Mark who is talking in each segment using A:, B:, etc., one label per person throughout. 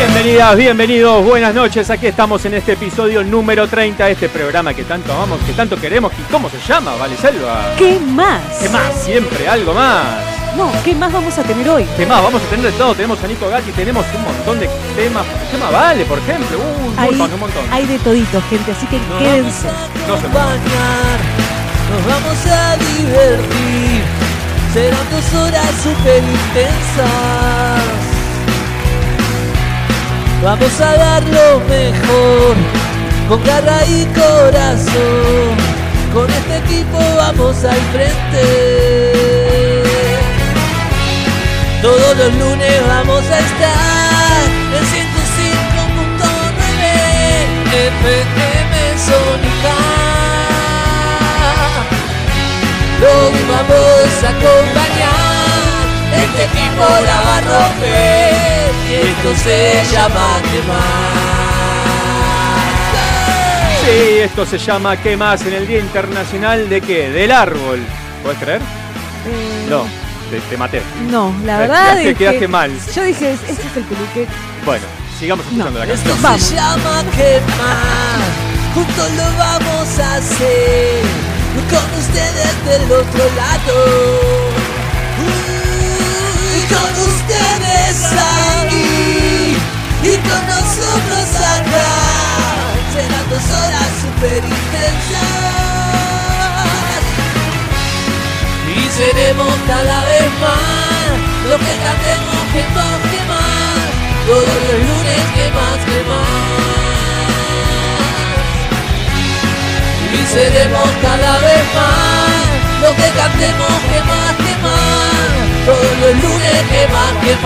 A: Bienvenidas, bienvenidos, buenas noches. Aquí estamos en este episodio número 30 de este programa que tanto amamos, que tanto queremos. ¿Y cómo se llama, Vale Selva?
B: ¿Qué más?
A: ¿Qué más? Siempre algo más.
B: No, ¿qué más vamos a tener hoy?
A: ¿Qué más? Vamos a tener de todo. Tenemos a Nico Gatti, tenemos un montón de temas. El tema Vale, por ejemplo. Uh, Un
B: Hay,
A: montón, un montón.
B: hay de todito, gente, así que quédense.
A: No se muevan.
C: acompañar, nos vamos a divertir. Serán dos horas súper intensas. Vamos a dar lo mejor, con garra y corazón. Con este equipo vamos al frente. Todos los lunes vamos a estar en 105.9 FM Sónica. Los vamos a acompañar, este equipo la va a romper y esto se llama quemar.
A: Uh, Sí, esto se llama ¿Qué más? En el Día Internacional de qué? Del árbol. ¿Puedes creer?
B: Eh,
A: No, te, te maté.
B: No, la
A: Te-
B: verdad
A: te
B: es
A: quedaste
B: que
A: mal.
B: Yo dije, este es el peluque.
A: Bueno, sigamos escuchando la
C: Esto
A: canción.
B: Vamos.
C: se llama quemar, juntos lo vamos a hacer, con ustedes del otro lado. Y con ustedes ahí, y con nosotros acá, serán dos horas super intensas. Y seremos cada vez más lo que cantemos que más, que más. Todos los lunes que más, que más. Y seremos cada vez más lo que cantemos que más, que más. Todos los lunes que más, que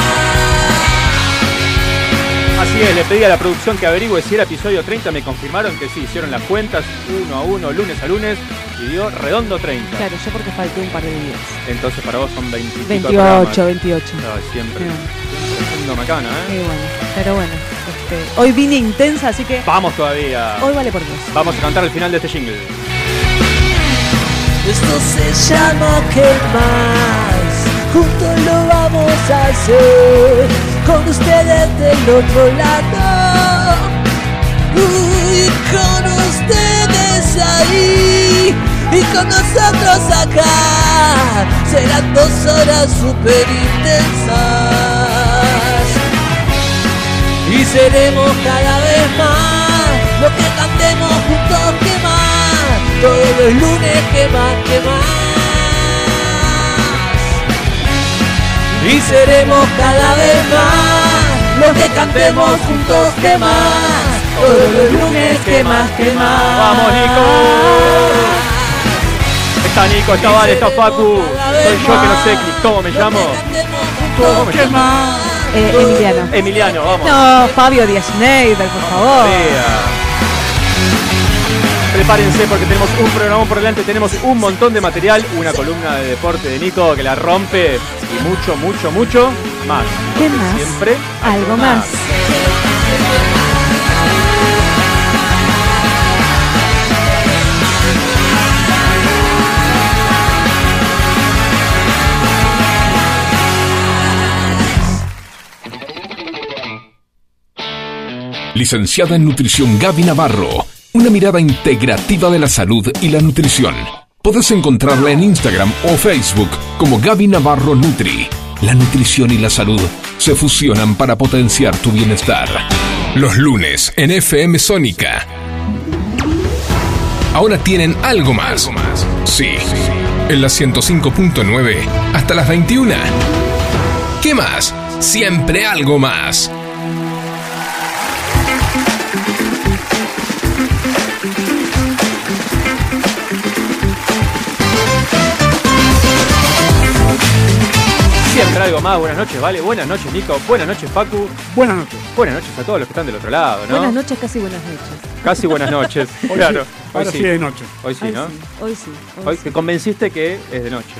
C: más.
A: Así es, le pedí a la producción que averigüe si era episodio 30, me confirmaron que sí, hicieron las cuentas uno a uno, lunes a lunes, y dio redondo 30.
B: Claro, yo porque falté un par de días.
A: Entonces para vos son 25
B: 28, 28.
A: siempre.
B: Bien.
A: siempre una macana,
B: Y
A: ¿eh?
B: bueno, pero bueno, este, hoy vine intensa, así que
A: Vamos todavía.
B: hoy vale por dos.
A: Vamos a cantar el final de este jingle.
C: Esto se llama que más, juntos lo vamos a hacer, con ustedes del otro lado, y con ustedes ahí, y con nosotros acá, serán dos horas super intensas y seremos cada vez más lo que cantemos juntos que más todos los lunes que más que más y seremos cada vez más lo que cantemos juntos que más todos los lunes que más que más
A: ¡Vamos, Nico! Está Nico, está Vale, está Facu. Soy yo que no sé ni cómo me llamo. ¿Cómo me llamo?
B: Eh, Emiliano.
A: Emiliano, vamos.
B: No, Fabio Díaz Schneider, por favor.
A: Sea. Prepárense porque tenemos un programa por delante, tenemos un montón de material, una columna de deporte de Nico que la rompe y mucho, mucho, mucho más.
B: ¿Qué
A: Porque
B: más? Ah,
A: Siempre
B: Algo más.
D: Licenciada en Nutrición Gaby Navarro. Una mirada integrativa de la salud y la nutrición. Podés encontrarla en Instagram o Facebook como Gaby Navarro Nutri. La nutrición y la salud se fusionan para potenciar tu bienestar. Los lunes en FM Sónica. Ahora tienen algo más. Sí. En la 105.9 hasta las 21. ¿Qué más? Siempre algo más.
A: Siempre escuchar algo más. Buenas noches, Vale. Buenas noches, Nico. Buenas noches, Facu.
E: Buenas noches.
A: Buenas noches a todos los que están del otro lado, ¿no?
B: Buenas noches, casi buenas noches.
A: Casi buenas noches. claro. Hoy
E: Ahora sí
A: sí.
E: de noche.
A: Hoy sí,
B: Ay,
A: ¿no?
B: sí, Hoy sí. Hoy,
A: Hoy
B: sí.
A: te convenciste que es de noche.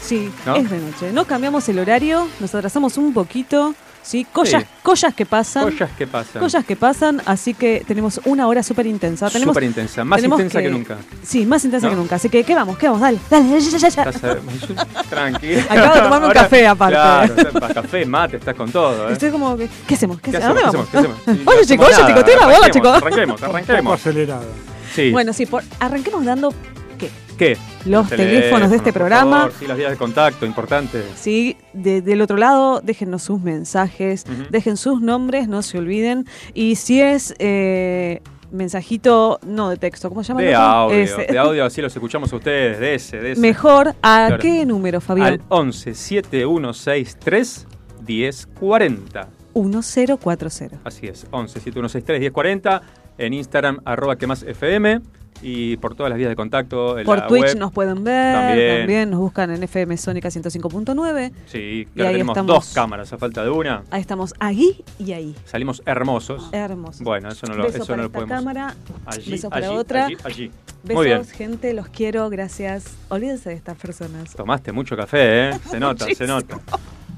B: Sí,
A: ¿no?
B: es de noche. No cambiamos el horario, nos atrasamos un poquito. Sí, collas,
A: Sí.
B: collas que pasan.
A: Cosas que pasan.
B: Cosas que pasan, así que tenemos una hora súper intensa. Tenemos,
A: Súper intensa. Más
B: tenemos
A: intensa que nunca.
B: Sí, más intensa
A: ¿No?
B: que nunca. Así que, ¿qué vamos? ¿Qué vamos? Dale, dale, ya, ya, ya, ya.
A: Estás, eh, Tranquilo.
B: Acabo de tomarme un café, aparte.
A: Claro, estás- café, mate, estás con todo. ¿eh?
B: Estoy como, que, ¿qué hacemos? ¿Qué,
A: ¿Qué
B: hacemos? ¿A dónde
A: hacemos?
B: vamos?
A: ¿Qué hacemos? ¿Qué hacemos? Sí, no
B: Oye, chicos,
A: hacemos
B: oye,
A: nada,
B: chicos, tiene la bola,
A: arranquemos,
B: chicos.
A: Arranquemos,
E: Un poco
A: arranquemos.
E: acelerada.
A: Sí.
B: Bueno, sí, por, arranquemos dando ¿qué?
A: ¿Qué?
B: los teléfonos de este
A: por
B: programa.
A: favor, sí, los días de contacto, importante.
B: Sí, de- del otro lado, déjennos sus mensajes,
A: Ujú.
B: dejen sus nombres, no se olviden. Y si es eh, mensajito, no de texto, ¿cómo se llama? el
A: De
B: otro?
A: audio,
B: Ese.
A: de audio, así los escuchamos a ustedes, de ese, de ese.
B: eh, Mejor, ¿a
A: Claro.
B: qué número, Fabián?
A: Al 11 7163 1040.
B: 1040.
A: Así es, 11 7163 1040. En Instagram, arroba que más FM. Y por todas las vías de contacto. En
B: Por
A: la
B: Twitch
A: web.
B: nos pueden ver,
A: También.
B: también. nos buscan en FM Sónica 105.9.
A: Sí,
B: Y
A: claro,
B: ahí
A: tenemos
B: estamos.
A: dos cámaras, a falta de una.
B: Ahí estamos, ahí y ahí.
A: Salimos hermosos.
B: Hermoso.
A: Bueno, eso no lo,
B: Besos
A: eso
B: para
A: no lo
B: esta
A: podemos.
B: cámara,
A: Allí,
B: besos
A: allí,
B: para otra.
A: allí, allí. Muy bien.
B: Besos, gente, los quiero, gracias. Olvídense de estas personas.
A: Tomaste mucho café, ¿eh? Se nota, se nota.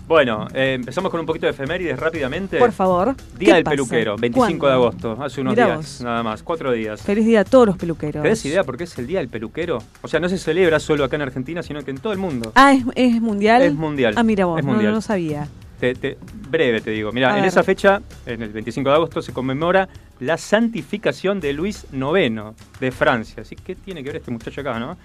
A: Bueno, eh, empezamos con un poquito de efemérides rápidamente.
B: Por favor.
A: Día
B: ¿qué
A: del
B: pasa?
A: peluquero, 25 de
B: ¿Cuándo?
A: agosto, hace unos
B: Mirá
A: días,
B: vos.
A: nada más, cuatro días.
B: Feliz día a todos los peluqueros.
A: ¿Tenés idea por qué es el Día del Peluquero? O sea, no se celebra solo acá en Argentina, sino que en todo el mundo.
B: Ah, ¿es, es mundial?
A: Es mundial.
B: Ah, mira vos,
A: Es
B: no-
A: mundial.
B: No, lo sabía.
A: Te- te- breve te digo.
B: A
A: Mira, en
B: ver.
A: esa fecha, en el 25 de agosto, se conmemora la santificación de Luis IX de Francia. Así que tiene que ver este muchacho acá, ¿no?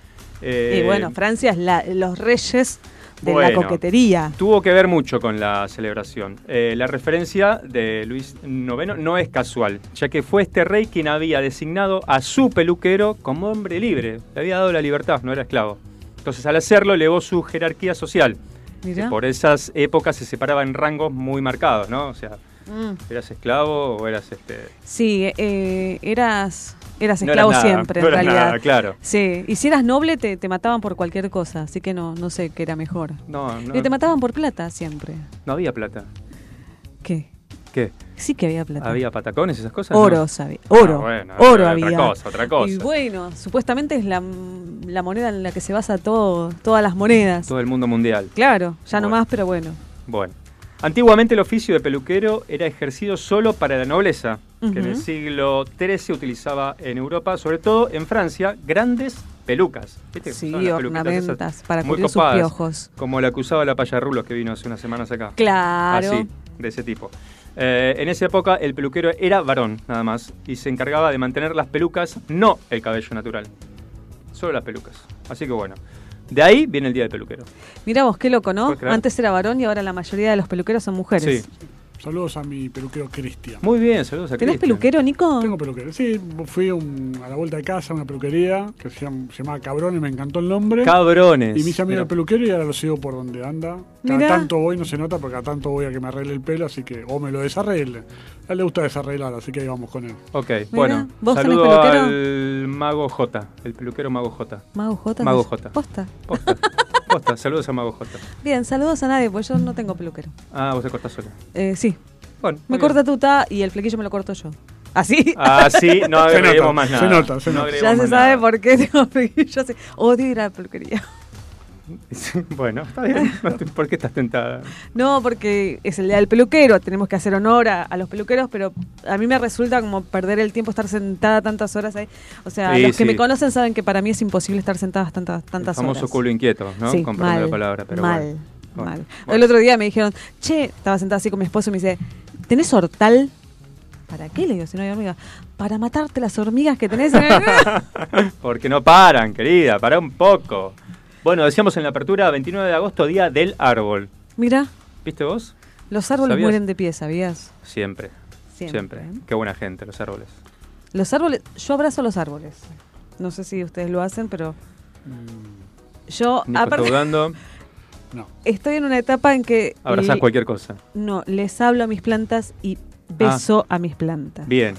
A: Eh,
B: y bueno, Francia es la- los reyes de la
A: bueno.
B: coquetería.
A: Tuvo que ver mucho con la celebración. Eh, la referencia de Luis IX no es casual, ya que fue este rey quien había designado a su peluquero como hombre libre. Le había dado la libertad, no era esclavo. Entonces, al hacerlo, elevó su jerarquía social.
B: Mira.
A: Que por esas épocas se separaba en rangos muy marcados, ¿no? O sea,
B: Mm.
A: eras esclavo o eras este.
B: Sí, eh, eras, eras
A: no eras
B: esclavo
A: nada,
B: siempre,
A: no
B: en
A: eras
B: realidad.
A: nada, claro.
B: Sí, y si eras noble te, te mataban por cualquier cosa, así que no, no sé qué era mejor.
A: No, no,
B: Y te mataban por plata siempre.
A: no había plata.
B: ¿Qué?
A: ¿Qué?
B: Sí que había plata.
A: ¿Había patacones, esas cosas?
B: Oro,
A: No.
B: sabe- Oro.
A: Ah, bueno,
B: oro
A: otra
B: había.
A: cosa, otra cosa.
B: Y bueno, supuestamente es la, la moneda en la que se basa todo, todas las monedas.
A: Todo el mundo mundial.
B: Claro, ya
A: Bueno.
B: no más, pero bueno.
A: Bueno. Antiguamente el oficio de peluquero era ejercido solo para la nobleza, que en el
B: Ujú.
A: siglo XIII se utilizaba en Europa, sobre todo en Francia, grandes pelucas. ¿Viste?
B: Sí,
A: Usaban las peluquitas esas
B: ornamentas para
A: muy
B: cubrir sus
A: copadas,
B: piojos.
A: Como la que usaba la payarrulos que vino hace unas semanas acá.
B: Claro.
A: Así, de ese tipo. Eh, en esa época el peluquero era varón, nada más, y se encargaba de mantener las pelucas, no el cabello natural. Solo las pelucas. Así que bueno. De ahí viene el día del peluquero.
B: Mira vos, qué loco, ¿no?
A: ¿Puedes creer?
B: Antes era varón y ahora la mayoría de los peluqueros son mujeres.
A: Sí.
E: Saludos a mi peluquero Cristian.
A: Muy bien, saludos a
B: ¿Tenés
A: Cristian.
B: peluquero, Nico?
E: Tengo peluquero. Sí, fui un- a la vuelta de casa a una peluquería que se, llama, se llamaba Cabrones, me encantó el nombre.
A: Cabrones.
E: y me hice amigo
A: Mira.
E: del peluquero y ahora lo sigo por donde anda. Cada
B: Mirá.
E: tanto voy, no se nota, porque cada tanto voy a que me arregle el pelo, así que. O me lo desarregle. A él le gusta desarreglar, así que ahí vamos con él.
A: Ok, bueno.
B: ¿vos tenés
A: saludo
B: peluquero?
A: al Mago J, el peluquero Mago J.
B: Mago J.
A: Mago
B: no-
A: J.
B: Posta.
A: Posta, posta, saludos a Mago J.
B: Bien, saludos a nadie, pues yo no tengo peluquero.
A: Ah, vos te cortás sola.
B: Eh, sí,
A: Bueno,
B: me
A: muy
B: corta
A: bien.
B: tuta y el flequillo me lo corto yo. ¿Así?
A: Ah, sí, no
E: Se
A: agreguemos
E: nota,
A: más
E: se
A: nada.
E: nota, se nota.
B: ya se sabe por qué tengo flequillo así. Odio ir a la peluquería.
A: por... bueno, está bien. No te- ¿Por qué estás tentada?
B: No, porque es el día del peluquero, tenemos que hacer honor a, a los peluqueros, pero a mí me resulta como perder el tiempo estar sentada tantas horas ahí. O sea,
A: Sí,
B: los que
A: sí.
B: me conocen saben que para mí es imposible estar sentada tantas,
A: El
B: tantas
A: famoso
B: horas.
A: culo inquieto, ¿no?
B: Sí,
A: Con perdón de
B: mal,
A: la palabra, pero
B: mal,
A: bueno. Bueno,
B: mal.
A: bueno.
B: El otro día me dijeron, che, estaba sentada así con mi esposo y me dice, ¿tenés hortal? ¿Para qué? Le digo, si no hay hormigas. Para matarte las hormigas que tenés. en el-".
A: Porque no paran, querida, para un poco. Bueno, decíamos en la apertura, 29 de agosto, Día del Árbol.
B: Mira,
A: ¿Viste vos?
B: los árboles
A: ¿Sabías?
B: mueren de pie, ¿sabías?
A: Siempre, siempre.
B: Siempre.
A: Qué buena gente, los árboles.
B: Los árboles, yo abrazo los árboles. No sé si ustedes lo hacen, pero
A: Mm.
B: yo
A: Nico está
B: Oh, aparte,
A: dudando,
E: No.
B: estoy en una etapa en que
A: abrazás
B: l-
A: cualquier cosa. Ah.
B: no les hablo a mis plantas y beso a mis plantas.
A: Bien.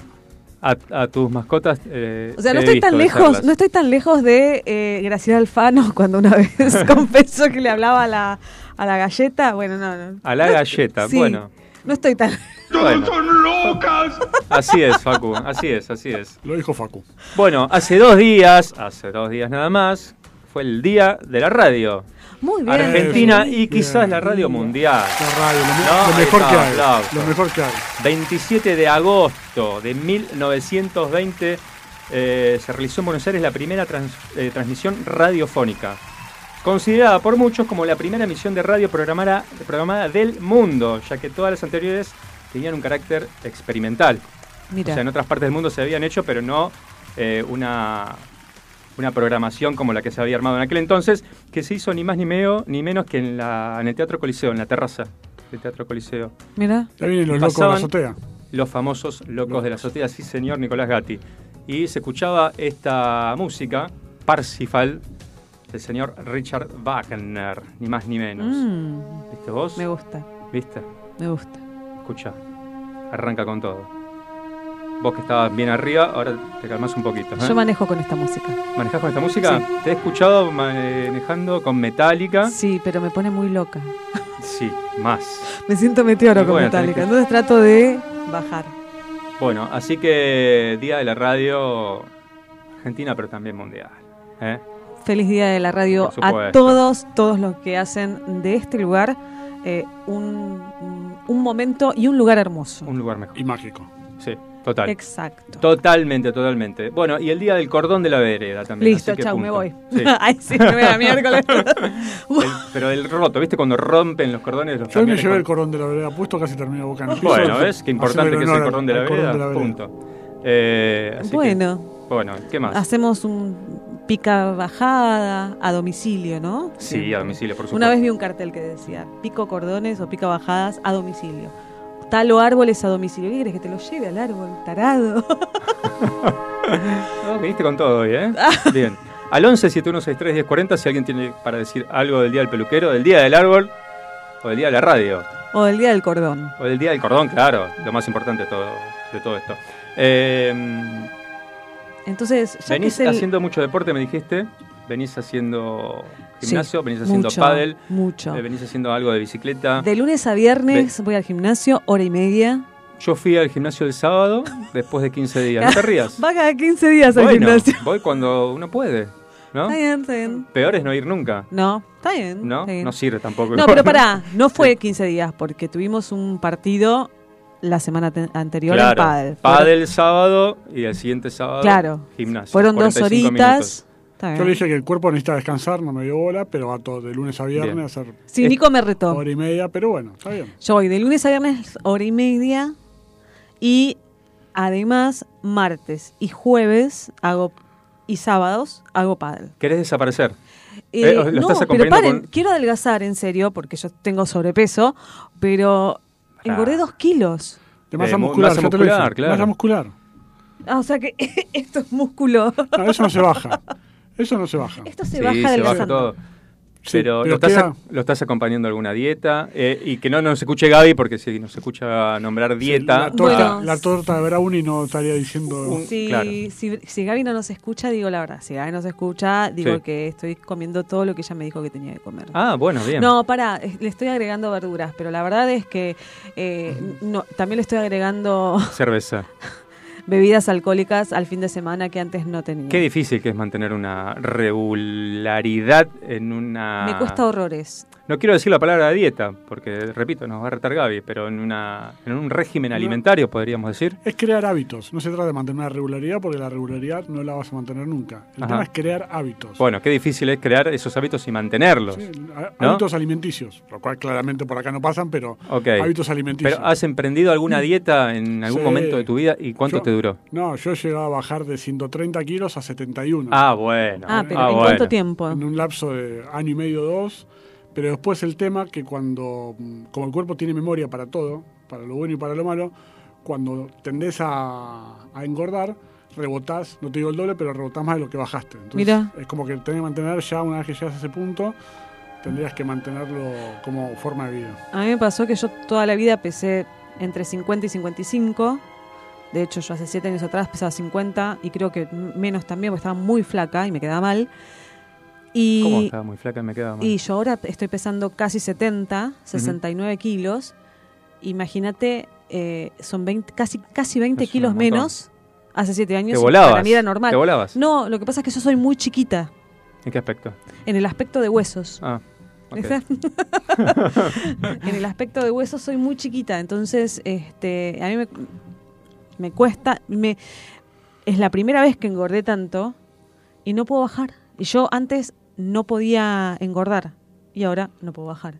A: A, a tus mascotas. eh,
B: O sea, no
A: te he
B: estoy
A: visto
B: tan
A: besarlas.
B: lejos, no estoy tan lejos de eh, Graciela Alfano cuando una vez confesó que le hablaba a la, a la galleta, bueno, no, no.
A: A la
B: No-
A: galleta,
B: sí,
A: bueno.
B: No estoy tan.
A: Ah. Bueno. Así es, Facu, así es, así es.
E: Lo dijo Facu.
A: Bueno, hace dos días, hace dos días nada más, fue el día de la radio.
B: Muy bien.
A: Argentina
E: Bien.
A: y quizás
E: Bien.
A: la radio mundial.
E: La radio, lo, me-
A: No,
E: lo mejor
A: ahí
E: que
A: está,
E: hay.
A: aplauso.
E: Lo mejor que hay.
A: 27 de agosto de 1920 eh, se realizó en Buenos Aires la primera trans- eh, transmisión radiofónica, considerada por muchos como la primera emisión de radio programada, programada del mundo, ya que todas las anteriores tenían un carácter experimental.
B: Mira.
A: O sea, en otras partes del mundo se habían hecho, pero no eh, una, una programación como la que se había armado en aquel entonces, que se hizo ni más ni, meo- ni menos que en, la- en el Teatro Coliseo, en la terraza del Teatro Coliseo.
B: Mira.
E: Ya vienen los locos de la
A: Pasaban-
E: azotea.
A: Los famosos locos de la azotea, sí señor Nicolás Gatti. Y se escuchaba esta música, Parsifal, del señor Richard Wagner, ni más ni menos.
B: Mm,
A: ¿Viste vos?
B: me gusta,
A: ¿Viste?
B: me gusta.
A: Escucha, arranca con todo. Vos que estabas bien arriba, ahora te calmas un poquito. ¿eh?
B: Yo manejo con esta música.
A: ¿Manejás con esta música?
B: Sí.
A: Te he escuchado manejando con Metallica.
B: Sí, pero me pone muy loca.
A: Sí, más.
B: Me siento meteoro
A: Y
B: con
A: bueno,
B: Metallica.
A: tenés que-
B: Entonces trato de bajar.
A: Bueno, así que Día de la Radio Argentina, pero también Mundial. ¿eh?
B: Feliz día de la radio
A: Por supuesto.
B: a todos, todos los que hacen de este lugar eh, un, un- un momento y un lugar hermoso.
A: Un lugar mejor.
E: Y mágico.
A: Sí, total.
B: Exacto.
A: Totalmente, totalmente. Bueno, y el Día del Cordón de la Vereda también.
B: Listo,
A: así que
B: chau,
A: punto.
B: me voy.
A: Sí.
B: Ay, sí, me voy a miércoles.
A: El- pero el roto, ¿viste? Cuando rompen los cordones de los
E: Yo hoy me
A: camiones
E: llevé
A: con-
E: el cordón de la vereda puesto, casi termino boca en el piso.
A: Bueno, ¿ves? Qué importante
E: Hacerle
A: que es el
E: honor
A: cordón de la
E: al
A: vereda. Punto. Eh, así que-
B: bueno, Ah,
A: bueno, ¿qué más?
B: hacemos un pica bajada a domicilio, ¿no?
A: Sí, a domicilio, por supuesto.
B: Una vez vi un cartel que decía pico cordones o pica bajadas a domicilio. Talo árboles a domicilio. ¿Qué querés que te lo lleve al árbol, tarado?
A: No, viniste con todo hoy, ¿eh?
B: Ah.
A: Bien. Al 11 7163 1040 si alguien tiene para decir algo del día del peluquero, del día del árbol, o del día de la radio,
B: o el día del cordón.
A: o del día del cordón, claro, lo más importante de todo, de todo esto. Eh,
B: Entonces, ya
A: venís
B: que es el-
A: haciendo mucho deporte, me dijiste. Venís haciendo
B: Sí,
A: gimnasio, venís haciendo
B: mucho,
A: pádel,
B: Mucho.
A: eh, venís haciendo algo de bicicleta.
B: De lunes a viernes voy al gimnasio, hora y media.
A: Yo fui al gimnasio el sábado después de 15 días. ¿No te rías?
B: Va cada 15 días al
A: Bueno,
B: gimnasio.
A: voy cuando uno puede, ¿no?
B: Está bien, está bien.
A: Peor es no ir nunca,
B: No, está bien.
A: ¿no?
B: está bien.
A: No sirve tampoco.
B: No, pero pará, no fue 15 días porque tuvimos un partido la semana te- anterior en
A: Claro,
B: pádel.
A: pádel sábado y el siguiente sábado
B: Claro.
A: gimnasio.
B: Fueron dos
A: 45
B: horitas. Está
E: Yo
B: bien.
E: le dije que el cuerpo necesita descansar, no me dio bola, pero va todo de lunes a viernes
A: Bien.
E: a hacer
B: Sí, Nico me retó.
E: hora y media, pero bueno, está bien.
B: Yo voy de lunes a viernes, hora y media. Y además, martes y jueves hago y sábados hago pádel.
A: minutos. ¿Querés desaparecer?
B: Eh,
A: Eh, lo
B: no,
A: estás
B: pero
A: acompañando
B: paren,
A: con-
B: quiero adelgazar en serio, porque yo tengo sobrepeso, pero
A: Pará.
B: engordé dos kilos.
E: De masa
A: Eh, mu-
E: muscular,
A: masa
E: yo te lo dije,
A: muscular, claro.
E: Masa muscular.
B: Ah, o sea que esto es músculo.
E: No, eso no se baja. Eso no se baja.
B: Esto se
A: Sí,
B: baja
A: se baja
B: adelgazando.
A: todo.
E: Sí,
A: Pero, lo,
E: pero
A: estás,
E: queda-
A: lo estás acompañando a alguna dieta. eh, y que no nos escuche Gaby, porque si nos escucha nombrar dieta.
E: La torta,
B: Bueno.
E: la torta de Brownie no estaría diciendo.
A: Un-
B: Si,
A: Claro.
B: si, si Gaby no nos escucha, digo la verdad. Si Gaby nos escucha, digo
A: Sí.
B: que estoy comiendo todo lo que ella me dijo que tenía que comer.
A: Ah, bueno, bien.
B: No, pará, es- le estoy agregando verduras, pero la verdad es que eh, no, también le estoy agregando
A: Cerveza.
B: bebidas alcohólicas al fin de semana que antes no tenía.
A: Qué difícil que es mantener una regularidad en una.
B: Me cuesta horrores.
A: No quiero decir la palabra dieta, porque repito, nos va a retar Gaby, pero en, una, en un régimen alimentario, podríamos decir.
E: Es crear hábitos. No se trata de mantener una regularidad porque la regularidad no la vas a mantener nunca. El
A: Ajá.
E: tema es crear hábitos.
A: Bueno, qué difícil es crear esos hábitos y mantenerlos.
E: Sí, há-
A: ¿no?
E: Hábitos alimenticios, lo cual claramente por acá no pasan, pero
A: Ok.
E: hábitos alimenticios. Mm.
A: Pero has emprendido alguna dieta en algún
E: Sí.
A: momento de tu vida y cuánto
E: Yo-
A: te duró?
E: No, yo llegaba a bajar de 130 kilos a 71.
A: Ah, bueno.
B: Ah, pero ¿en
A: bueno.
B: cuánto tiempo?
E: en un lapso de año y medio, dos. Pero después el tema que cuando, mm, como el cuerpo tiene memoria para todo, para lo bueno y para lo malo, cuando tendés a, a engordar, rebotás, no te digo el doble, pero rebotás más de lo que bajaste. Entonces,
B: Mirá.
E: es como que tenés que mantener ya, una vez que llegas a ese punto, tendrías que mantenerlo como forma de vida.
B: A mí me pasó que yo toda la vida pesé entre 50 y 55. De hecho, yo hace 7 años atrás pesaba 50 y creo que m- menos también, porque estaba muy flaca y me quedaba mal. Y,
A: ¿Cómo estaba muy flaca? Me quedaba mal.
B: y yo ahora estoy pesando casi 70, 69 kilos. Imagínate, eh, son 20, casi, casi 20
A: Es un
B: kilos
A: montón.
B: menos. Hace 7 años y
A: volabas,
B: para mí era normal.
A: te volabas.
B: No, lo que pasa es que yo soy muy chiquita
A: ¿En qué aspecto?
B: en el aspecto de huesos.
A: Ah, ok.
B: en el aspecto de huesos soy muy chiquita, entonces este, a mí me, me cuesta, me, es la primera vez que engordé tanto y no puedo bajar. Y yo antes no podía engordar y ahora no puedo bajar.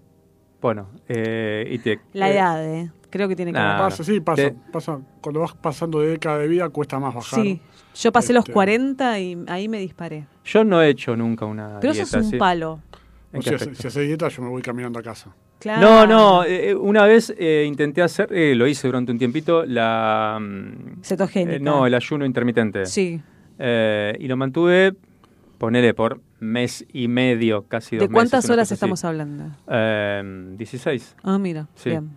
A: Bueno, eh, y te...
B: La
A: eh,
B: edad, eh, creo que tiene que
A: Nah.
B: ver.
E: Pasa, sí, pasa,
A: Te-
E: pasa. Cuando vas pasando de década de vida cuesta más bajar.
B: Sí, yo pasé los
E: Este.
B: 40 y ahí me disparé.
A: Yo no he hecho nunca una
B: Pero eso
A: Ah, dieta Eh,
B: es un
A: así.
B: palo.
A: ¿En
E: O
A: qué
E: sea, si,
A: aspecto?
E: si haces dieta yo me voy caminando a casa.
B: Claro.
A: No, no, eh, eh, una vez eh, intenté hacer, eh, lo hice durante un tiempito, la... mm,
B: Cetogénica.
A: eh, no, el ayuno intermitente.
B: Sí.
A: Eh, y lo mantuve, ponele, por mes y medio, casi dos
B: ¿De cuántas
A: meses, una
B: horas
A: cosa así.
B: estamos hablando?
A: Eh, 16.
B: Ah, mira.
A: Sí.
B: Bien.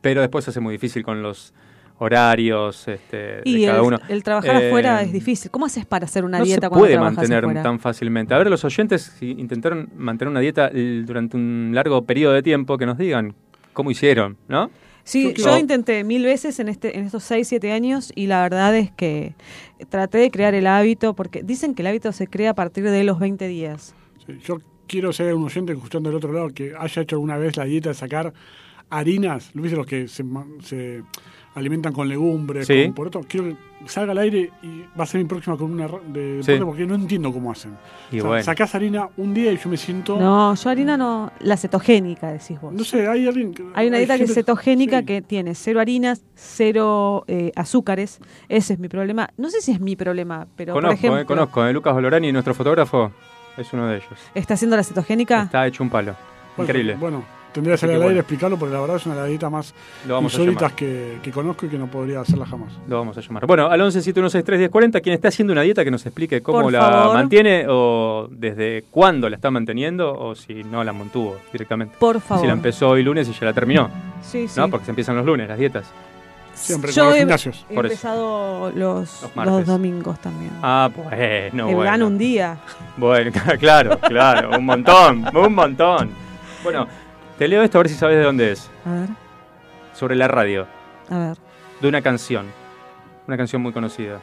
A: Pero después se hace muy difícil con los horarios este,
B: Y
A: de
B: el,
A: cada uno.
B: el trabajar
A: Eh,
B: afuera es difícil. ¿Cómo haces para hacer una
A: no
B: dieta
A: se
B: cuando
A: puede
B: trabajas
A: mantener
B: afuera?
A: tan fácilmente. A ver, los oyentes, si intentaron mantener una dieta eh, durante un largo periodo de tiempo, que nos digan cómo hicieron, ¿no?
B: Sí,
A: Yo
B: yo
A: creo-
B: intenté mil veces en este en estos 6, 7 años y la verdad es que traté de crear el hábito porque dicen que el hábito se crea a partir de los 20 días.
E: Sí, Yo quiero ser un oyente que escuchando del otro lado que haya hecho alguna vez la dieta de sacar harinas, lo viste los que se, ma- se alimentan con legumbres,
A: Sí.
E: con poroto. Quiero que salga al aire y va a ser mi próxima columna ra- de
A: Sí.
E: deporte porque no entiendo cómo hacen.
A: Y
E: O sea,
A: bueno.
E: Sacás harina un día y yo me siento. No,
B: No, yo harina no, la cetogénica decís vos.
E: sé, hay alguien. que-
B: Hay una dieta que es
E: gente-
B: cetogénica
E: sí.
B: que tiene cero harinas, cero eh, azúcares. Ese es mi problema. No sé si es mi problema, pero
A: conozco,
B: por ejemplo,
A: eh, conozco, eh, Lucas Olorani, nuestro fotógrafo, es uno de ellos.
B: ¿está haciendo la cetogénica?
A: Está hecho un palo.
E: Bueno,
A: Increíble.
E: Bueno, tendría que
A: Así
E: salir
A: que
E: al aire
A: bueno.
E: a explicarlo porque la verdad es una de las dietas más
A: Lo vamos a
E: insólitas
A: llamar.
E: que, que conozco y que no podría hacerla jamás.
A: Lo vamos a llamar. Bueno, al 11 716 1040, quien está haciendo una dieta que nos explique cómo
B: Por
A: la
B: favor.
A: mantiene o desde cuándo la está manteniendo o si no la mantuvo directamente.
B: Por favor.
A: Si la empezó hoy lunes y ya la terminó,
B: Sí, sí.
A: ¿no? Porque se empiezan los lunes las dietas.
E: Siempre
B: Yo
E: con los
B: he-
E: gimnasios.
B: He
A: Por eso.
B: empezado los,
A: Los
B: los,
A: martes.
B: domingos también.
A: Ah, bueno,
B: El
A: bueno.
B: verano un día.
A: Bueno, claro, claro, un montón, un montón. Bueno, te leo esto a ver si sabes de dónde es.
B: A ver,
A: Sobre la radio,
B: a ver.
A: de una canción. Una canción muy conocida.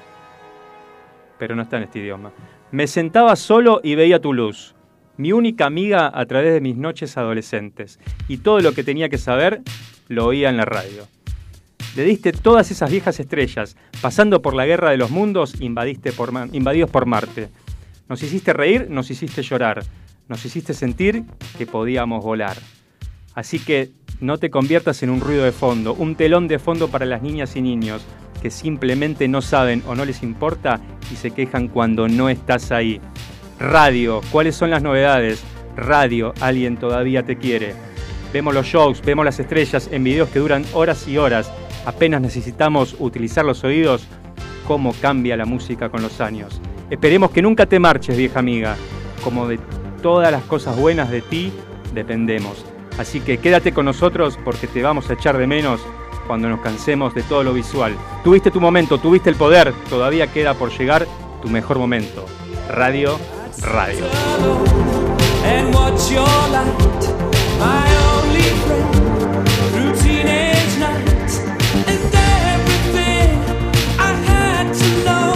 A: Pero no está en este idioma. Me sentaba solo y veía tu luz. Mi única amiga a través de mis noches adolescentes. Y todo lo que tenía que saber lo oía en la radio. Le diste todas esas viejas estrellas. Pasando por la guerra de los mundos, invadiste por Ma- invadidos por Marte. Nos hiciste reír, nos hiciste llorar. Nos hiciste sentir que podíamos volar. Así que no te conviertas en un ruido de fondo, un telón de fondo para las niñas y niños que simplemente no saben o no les importa y se quejan cuando no estás ahí. Radio, ¿cuáles son las novedades? Radio, alguien todavía te quiere. Vemos los shows, vemos las estrellas en videos que duran horas y horas. Apenas necesitamos utilizar los oídos, cómo cambia la música con los años. Esperemos que nunca te marches, vieja amiga. Como de todas las cosas buenas de ti, dependemos. Así que quédate con nosotros porque te vamos a echar de menos cuando nos cansemos de todo lo visual. Tuviste tu momento, tuviste el poder, todavía queda por llegar tu mejor momento. Radio, radio.
C: and watch your light. My only friend through teenage nights and everything I had to know.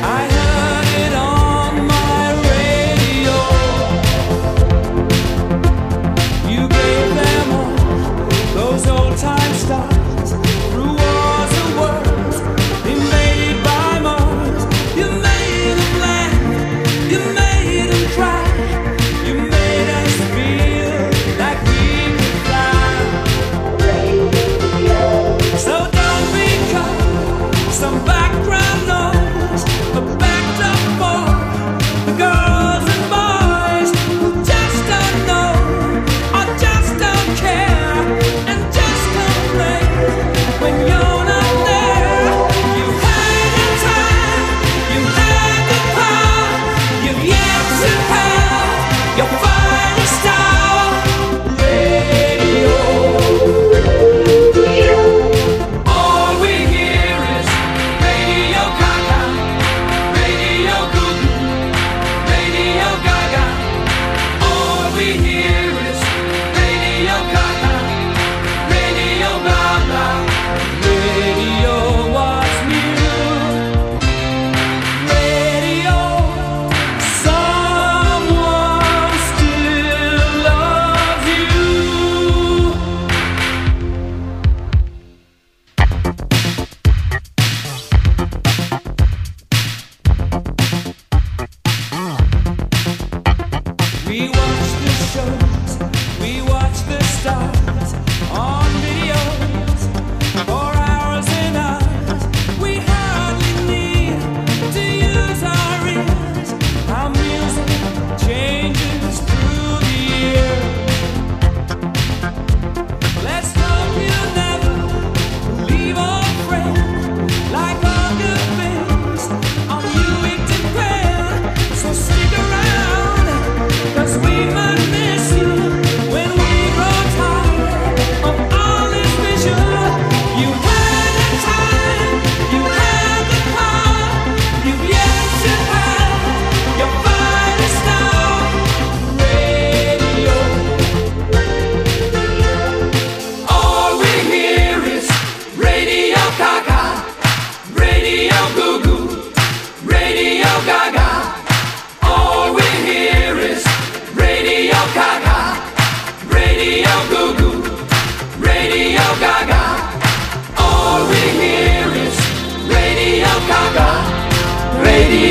C: I heard it on my radio. You gave them all those old time stars through wars and worlds invaded by Mars. You made them laugh. You made them cry. You made us feel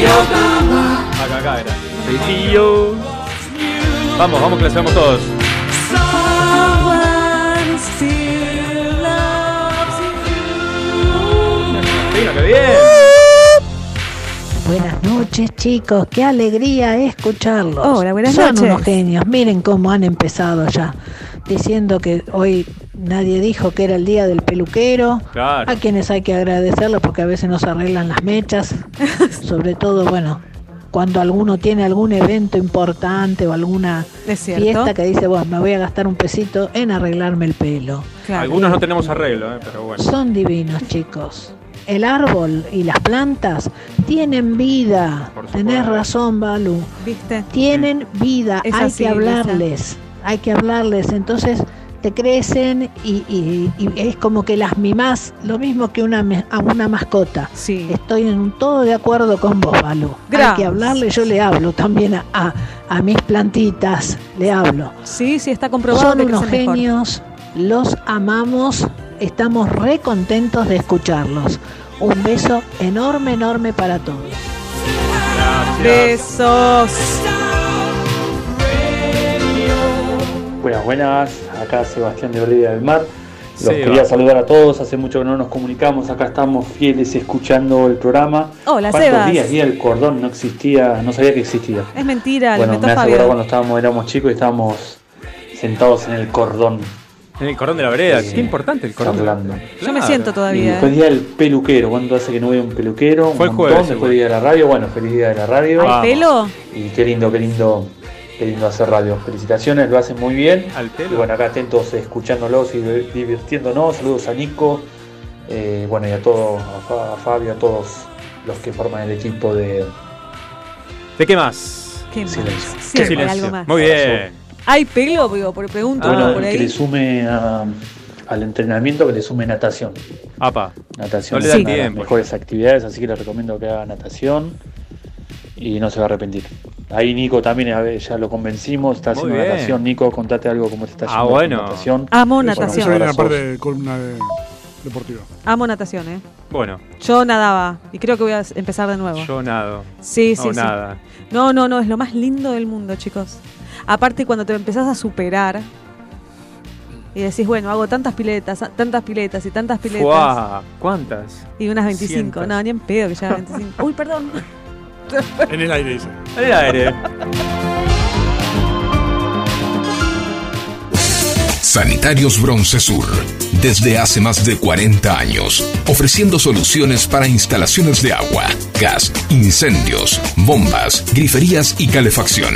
A: Acá, acá era. Tío. Vamos, vamos que lo sabemos todos.
B: Someone still loves you.
A: Vino, qué bien.
F: Buenas noches chicos, qué alegría escucharlos.
B: Hola, buenas
F: Son
B: noches.
F: unos genios, miren cómo han empezado ya, diciendo que hoy nadie dijo que era el día del peluquero,
A: Claro.
F: a quienes hay que agradecerlos porque a veces nos arreglan las mechas, sobre todo, bueno, cuando alguno tiene algún evento importante o alguna
B: Es cierto.
F: fiesta que dice, bueno, me voy a gastar un pesito en arreglarme el pelo.
B: Claro.
A: Algunos no tenemos arreglo, eh, pero bueno.
F: Son divinos, chicos. El árbol y las plantas tienen vida.
A: Por supuesto.
F: Tenés razón, Balu.
B: ¿Viste?
F: Tienen vida.
B: Es
F: hay
B: así,
F: que hablarles. Hay que hablarles. Entonces te crecen y, y- y es como que las mimás. Lo mismo que una, me- a una mascota.
B: Sí.
F: Estoy en un todo de acuerdo con vos, Balu. Hay
B: Gracias.
F: que hablarle. Yo le hablo también a, a- a mis plantitas. Le hablo.
B: Sí, sí, está comprobado
F: Son
B: que
F: unos
B: crecen mejor.
F: genios, los amamos, estamos re contentos de escucharlos. Un beso enorme, enorme para todos.
B: Besos.
G: Buenas, buenas. Acá Sebastián de Olivia del Mar. Los
A: Seba.
G: quería saludar a todos. Hace mucho que no nos comunicamos. Acá estamos fieles escuchando el programa.
B: Hola,
G: ¿Cuántos
B: Sebas.
G: días? Día el cordón no existía. No sabía que existía.
B: Es mentira, lo
G: bueno, me
B: inventó
G: hace acordar cuando
B: Fabio.
G: estábamos, éramos chicos y estábamos sentados en el cordón.
A: En el cordón de la vereda.
G: eh,
A: Qué importante el cordón. de la-
G: charlando.
B: Yo me
A: Claro.
B: siento
G: Y
B: todavía.
G: después
B: ¿eh?
G: día del peluquero. ¿Cuánto hace que no veo un peluquero? Un
A: Fue el
G: montón.
A: jueves,
G: Después
A: igual.
G: día de la radio. Bueno, feliz día de la radio.
A: Ah.
B: ¿Hay pelo?
G: Y qué lindo, qué lindo, qué lindo hacer radio. Felicitaciones, lo hacen muy bien.
A: Al pelo.
G: Y bueno, acá atentos eh, escuchándolos y di- divirtiéndonos. Saludos a Nico, eh, bueno, y a todos, a, Fa- a Fabio, a todos los que forman el equipo de.
A: ¿De qué más?
B: ¿Qué más?
G: Silencio.
B: Siempre
A: Silencio.
B: algo más.
A: Muy bien.
B: ¿Hay pelo? Digo, por pregunto
A: Ah,
G: bueno,
B: por
G: que
B: ahí.
G: le sume a- al entrenamiento, que le sume natación.
A: Apa.
G: Natación
A: No le
G: es
A: da
G: una de las
A: tiempo.
G: mejores actividades, así que les recomiendo que haga natación y no se va a arrepentir. Ahí Nico también a ver, ya lo convencimos, está
A: Muy
G: haciendo
A: bien.
G: natación. Nico, contate algo cómo te está
A: Ah,
G: haciendo
A: bueno.
G: natación.
B: Amo
G: Bueno,
E: Bueno,
B: natación.
E: eso viene la
G: abrazos.
E: parte de columna de- deportiva.
B: Amo natación, ¿eh?
A: Bueno,
B: Yo nadaba y creo que voy a s- empezar de nuevo.
A: yo nado.
B: sí, sí,
A: no,
B: sí.
A: nada.
B: No, no, no, es lo más lindo del mundo, chicos. Aparte, cuando te empezás a superar y decís, bueno, hago tantas piletas, a- tantas piletas y tantas piletas.
A: ¡Fua! ¿Cuántas?
B: Y unas 25.
A: Cientos.
B: No, ni en pedo que ya 25. Uy, perdón.
E: En el aire dice.
A: Al aire.
D: Sanitarios Bronce Sur, desde hace más de 40 años, ofreciendo soluciones para instalaciones de agua, gas, incendios, bombas, griferías y calefacción.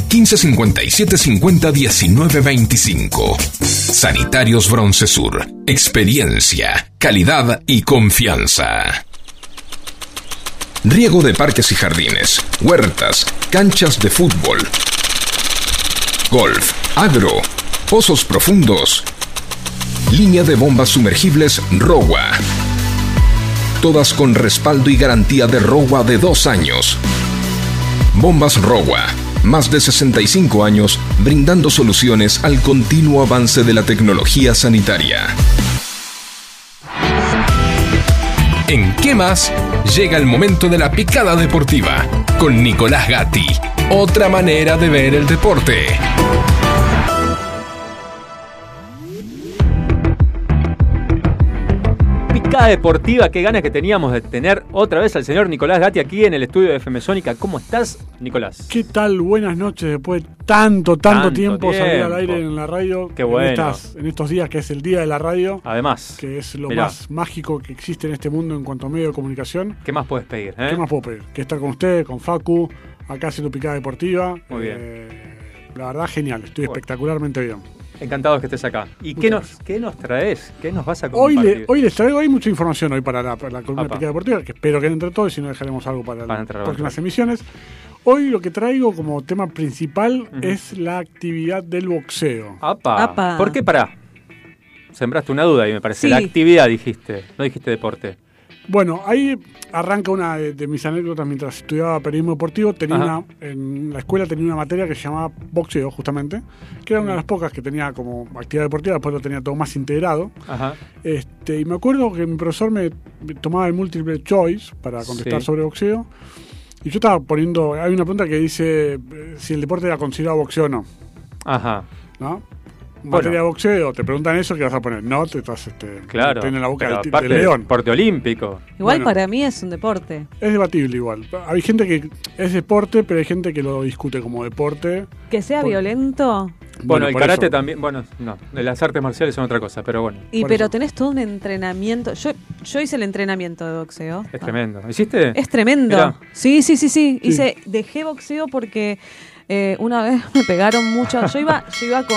D: 1557 50 19 25. Sanitarios Broncesur. Experiencia, calidad y confianza. Riego de parques y jardines, huertas, canchas de fútbol, golf, agro, pozos profundos, línea de bombas sumergibles ROWA. Todas con respaldo y garantía de ROWA de dos años. Bombas ROWA, más de 65 años brindando soluciones al continuo avance de la tecnología sanitaria. En ¿Qué más? Llega el momento de la picada deportiva con Nicolás Gatti. Otra manera de ver el deporte.
A: Picada deportiva, qué ganas que teníamos de tener otra vez al señor Nicolás Gatti aquí en el estudio de FM Sónica. ¿Cómo estás, Nicolás?
E: ¿Qué tal? Buenas noches. Después de tanto, tanto,
A: Tanto
E: tiempo, salir al
A: tiempo.
E: aire en la radio.
A: Qué bueno.
E: En, estas- en estos días que es el día de la radio,
A: Además,
E: que es lo
A: mirá,
E: más mágico que existe en este mundo en cuanto a medio de comunicación.
A: ¿qué más puedes pedir? eh?
E: ¿Qué más puedo pedir? Que estar con ustedes, con Facu, acá haciendo picada deportiva.
A: Muy bien.
E: Eh, la verdad, genial. Estoy
A: Bueno.
E: espectacularmente bien.
A: Encantados que estés acá. ¿Y qué nos, qué nos traes? ¿Qué nos vas a
E: Hoy,
A: compartir?
E: le- hoy les traigo, hay mucha información hoy para la, para la columna
A: Apa.
E: Piqué Deportiva, que espero que entre todos y si no dejaremos algo para
A: Van a
E: las
A: entrar, van a
E: próximas
A: entrar.
E: emisiones. Hoy lo que traigo como tema principal
A: Ujú.
E: es la actividad del boxeo.
A: Apa.
B: Apa.
A: ¿Por qué pará? Sembraste una duda y me parece.
B: Sí.
A: La actividad dijiste, no dijiste deporte.
E: Bueno, ahí arranca una de, de mis anécdotas mientras estudiaba periodismo deportivo. Tenía
A: Ajá.
E: una- en la escuela tenía una materia que se llamaba boxeo, justamente, que era una de las pocas que tenía como actividad deportiva, después lo tenía todo más integrado.
A: Ajá.
E: Este, y me acuerdo que mi profesor me me tomaba el múltiple choice para contestar
A: Sí.
E: sobre boxeo. Y yo estaba poniendo, hay una pregunta que dice eh, si el deporte era considerado boxeo o no.
A: Ajá.
E: ¿no? Materia de boxeo, te preguntan eso, ¿qué vas a poner? No, te estás este,
A: Claro.
E: te en la boca
A: Pero
E: del, ti-
A: aparte,
E: del león.
A: Deporte olímpico.
B: Igual
E: Bueno.
B: para mí es un deporte.
E: Es debatible igual. Hay gente que es deporte, pero hay gente que lo discute como deporte.
B: Que sea
E: Por-
B: violento.
A: Bueno, el
E: por
A: karate
E: eso.
A: también. Bueno, no. Las artes marciales son otra cosa, pero bueno.
B: Y
E: Por
B: pero
E: eso.
B: tenés todo un entrenamiento. Yo, yo hice el entrenamiento de boxeo.
A: Es tremendo. ¿Hiciste?
B: Es tremendo.
A: Mirá.
B: Sí, sí, sí,
E: Sí.
B: sí. Hice, dejé boxeo porque eh, una vez me pegaron mucho. Yo iba, yo iba con.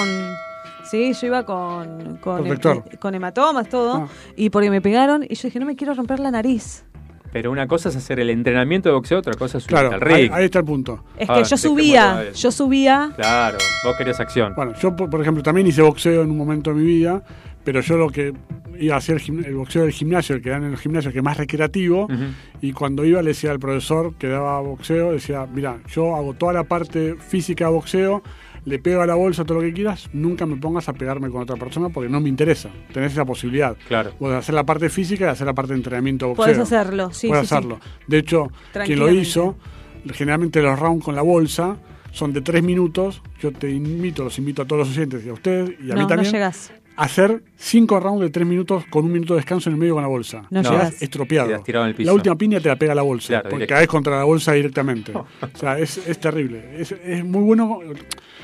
B: Sí, yo iba con. Con, e,
E: Protector.
B: con hematomas, todo.
E: Ah.
B: Y porque me pegaron, y yo dije, no me quiero romper la nariz.
A: Pero una cosa es hacer el entrenamiento de boxeo, otra cosa es subirte
E: Claro,
A: al
E: ahí,
A: ring.
E: ahí está el punto.
B: Es
A: Ah,
B: que yo
A: dejémoslo a
B: subía,
A: él.
B: yo subía.
A: Claro, vos querías acción.
E: Bueno, yo, por por ejemplo, también hice boxeo en un momento de mi vida, pero yo lo que iba a hacer gim- el boxeo del gimnasio, el que dan en los gimnasios, que es más recreativo,
C: Mm.
A: Ujú.
E: y cuando iba le decía al profesor que daba boxeo, decía, mira, yo hago toda la parte física de boxeo, le pego a la bolsa todo lo que quieras, nunca me pongas a pegarme con otra persona porque no me interesa, tenés esa posibilidad.
A: Claro.
E: Vos de hacer la parte física y hacer la parte de entrenamiento de boxeo.
B: Podés hacerlo, sí,
E: Puede
B: sí, sí.
E: hacerlo. De hecho, quien lo
B: Tranquilamente.
E: hizo, generalmente los rounds con la bolsa son de tres minutos. Yo te invito, los invito a todos los oyentes y a ustedes y a
B: no,
E: mí también,
B: no llegás.
E: a hacer cinco rounds de tres minutos con un minuto de descanso en el medio con la bolsa.
B: No
E: Quedás
B: llegás.
E: estropeado.
A: Quedás tirado en el piso.
E: La última piña te la pega la bolsa,
A: Claro,
E: porque
A: directo.
E: caes contra la bolsa directamente. o sea, es, es terrible. Es, es muy bueno.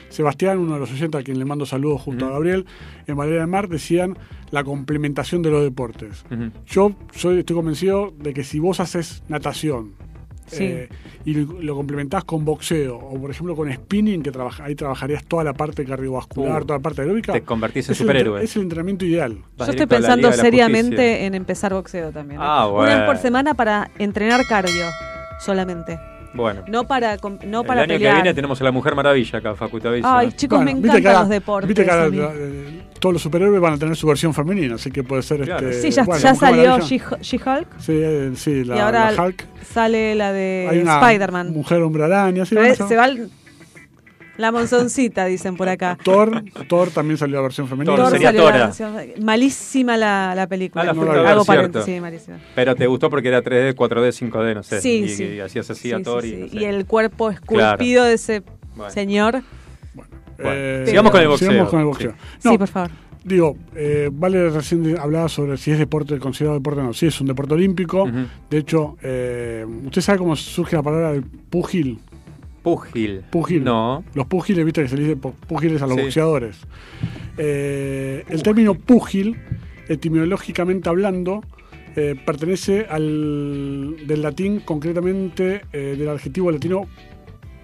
E: Sebastián, uno de los oyentes a quien le mando saludos junto a Gabriel, en Valera del Mar decían la complementación de los deportes.
A: Ujú.
E: Yo soy, estoy convencido de que si vos haces natación
B: Sí.
E: eh, y lo, lo complementás con boxeo o, por ejemplo, con spinning, que trabaja- ahí trabajarías toda la parte cardiovascular,
A: Uh,
E: toda la parte aeróbica.
A: te convertís en
E: es el
A: superhéroe.
E: entre- Es el entrenamiento ideal.
A: Vas
B: Yo estoy
A: directo a la Liga
B: pensando
A: de la Justicia.
B: seriamente en empezar boxeo también. ¿eh?
A: Ah,
B: Una vez
A: bueno.
B: por semana para entrenar cardio solamente.
A: Bueno,
B: No para, com- no para
A: el año
B: pelear.
A: que viene tenemos a la Mujer Maravilla acá, Facu, te aviso,
B: Ay,
A: ¿eh?
B: chicos,
E: Bueno,
B: me
E: viste
B: encantan
E: que ahora-
B: los deportes.
E: Viste que ahora,
B: a mí.
E: eh, todos los superhéroes van a tener su versión femenina, así que puede ser.
A: Claro.
E: Este,
B: sí, ya,
E: bueno,
B: ya
E: Mujer
B: salió
E: Maravilla.
B: She- She-Hulk.
E: Sí, eh, sí, la,
B: y ahora
E: la Hulk.
B: sale la
E: Hay
B: de
E: una
B: Spider-Man.
E: Mujer hombre araña. Sí,
B: Pero
E: van a
B: es-
E: ser-
B: Se va el- la monzoncita, dicen por acá.
E: Thor, Thor también salió la versión femenina.
A: Thor
B: Thor
A: sería
B: salió la
A: Tora.
B: versión- malísima la, la película.
A: Ah, la
E: fui a
B: Hago
E: ver,
B: paréntesis,
A: cierto.
B: sí, malísima.
A: Pero te gustó porque era 3D, 4D, 5D, no sé.
B: Sí,
A: y,
B: sí.
A: y hacías así
B: Sí,
A: a
B: sí,
A: Tori.
B: sí.
A: no sé.
B: Y el cuerpo esculpido de ese
A: Bueno.
B: señor.
A: Bueno,
E: Eh,
A: sigamos con el boxeo.
E: Sigamos con el boxeo. No,
B: sí, por favor.
E: Digo, eh, Vale recién de- hablaba sobre si es deporte considerado deporte o no. Sí, es un deporte olímpico.
A: Ujú.
E: De hecho, eh, ¿usted sabe cómo surge la palabra del púgil?
A: Pugil.
E: Púgil.
A: No.
E: Los púgiles, viste que se le dice po- púgiles a los
A: Sí.
E: boxeadores. Eh, el término púgil, etimológicamente hablando, eh, pertenece al del latín, concretamente eh, del adjetivo latino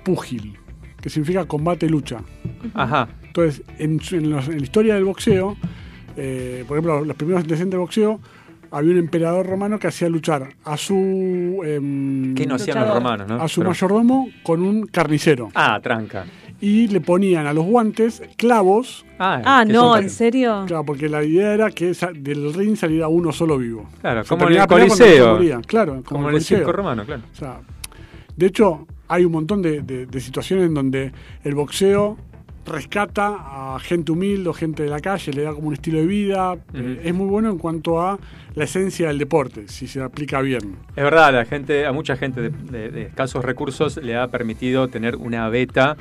E: púgil, que significa combate, lucha.
A: Ajá.
E: Entonces, en, su- en los- en la historia del boxeo, eh, por ejemplo, los primeros antecedentes de boxeo, había un emperador romano que hacía luchar a su, em,
A: ¿Qué no hacían los
B: Luchador.
A: romanos, no?
E: a su
A: Pero-
E: mayordomo con un carnicero.
A: Ah, tranca.
E: Y le ponían a los guantes clavos,
A: Ah,
B: Ah,
A: que
B: no,
A: son-
B: ¿en serio?
E: claro, porque la idea era que sa- del ring saliera uno solo vivo.
A: Claro,
E: Se
A: como en
E: terminaba
A: el
E: la pelea cuando
A: Coliseo.
E: se moría, Claro, como,
A: Como
E: el
A: en el circo
E: Coliseo.
A: romano, claro.
E: O sea, de hecho, hay un montón de, de- de situaciones en donde el boxeo rescata a gente humilde o gente de la calle, le da como un estilo de vida. Eh, es muy bueno en cuanto a la esencia del deporte, si se aplica bien.
A: Es verdad, a la gente, a mucha gente de, de- de escasos recursos le ha permitido tener una beta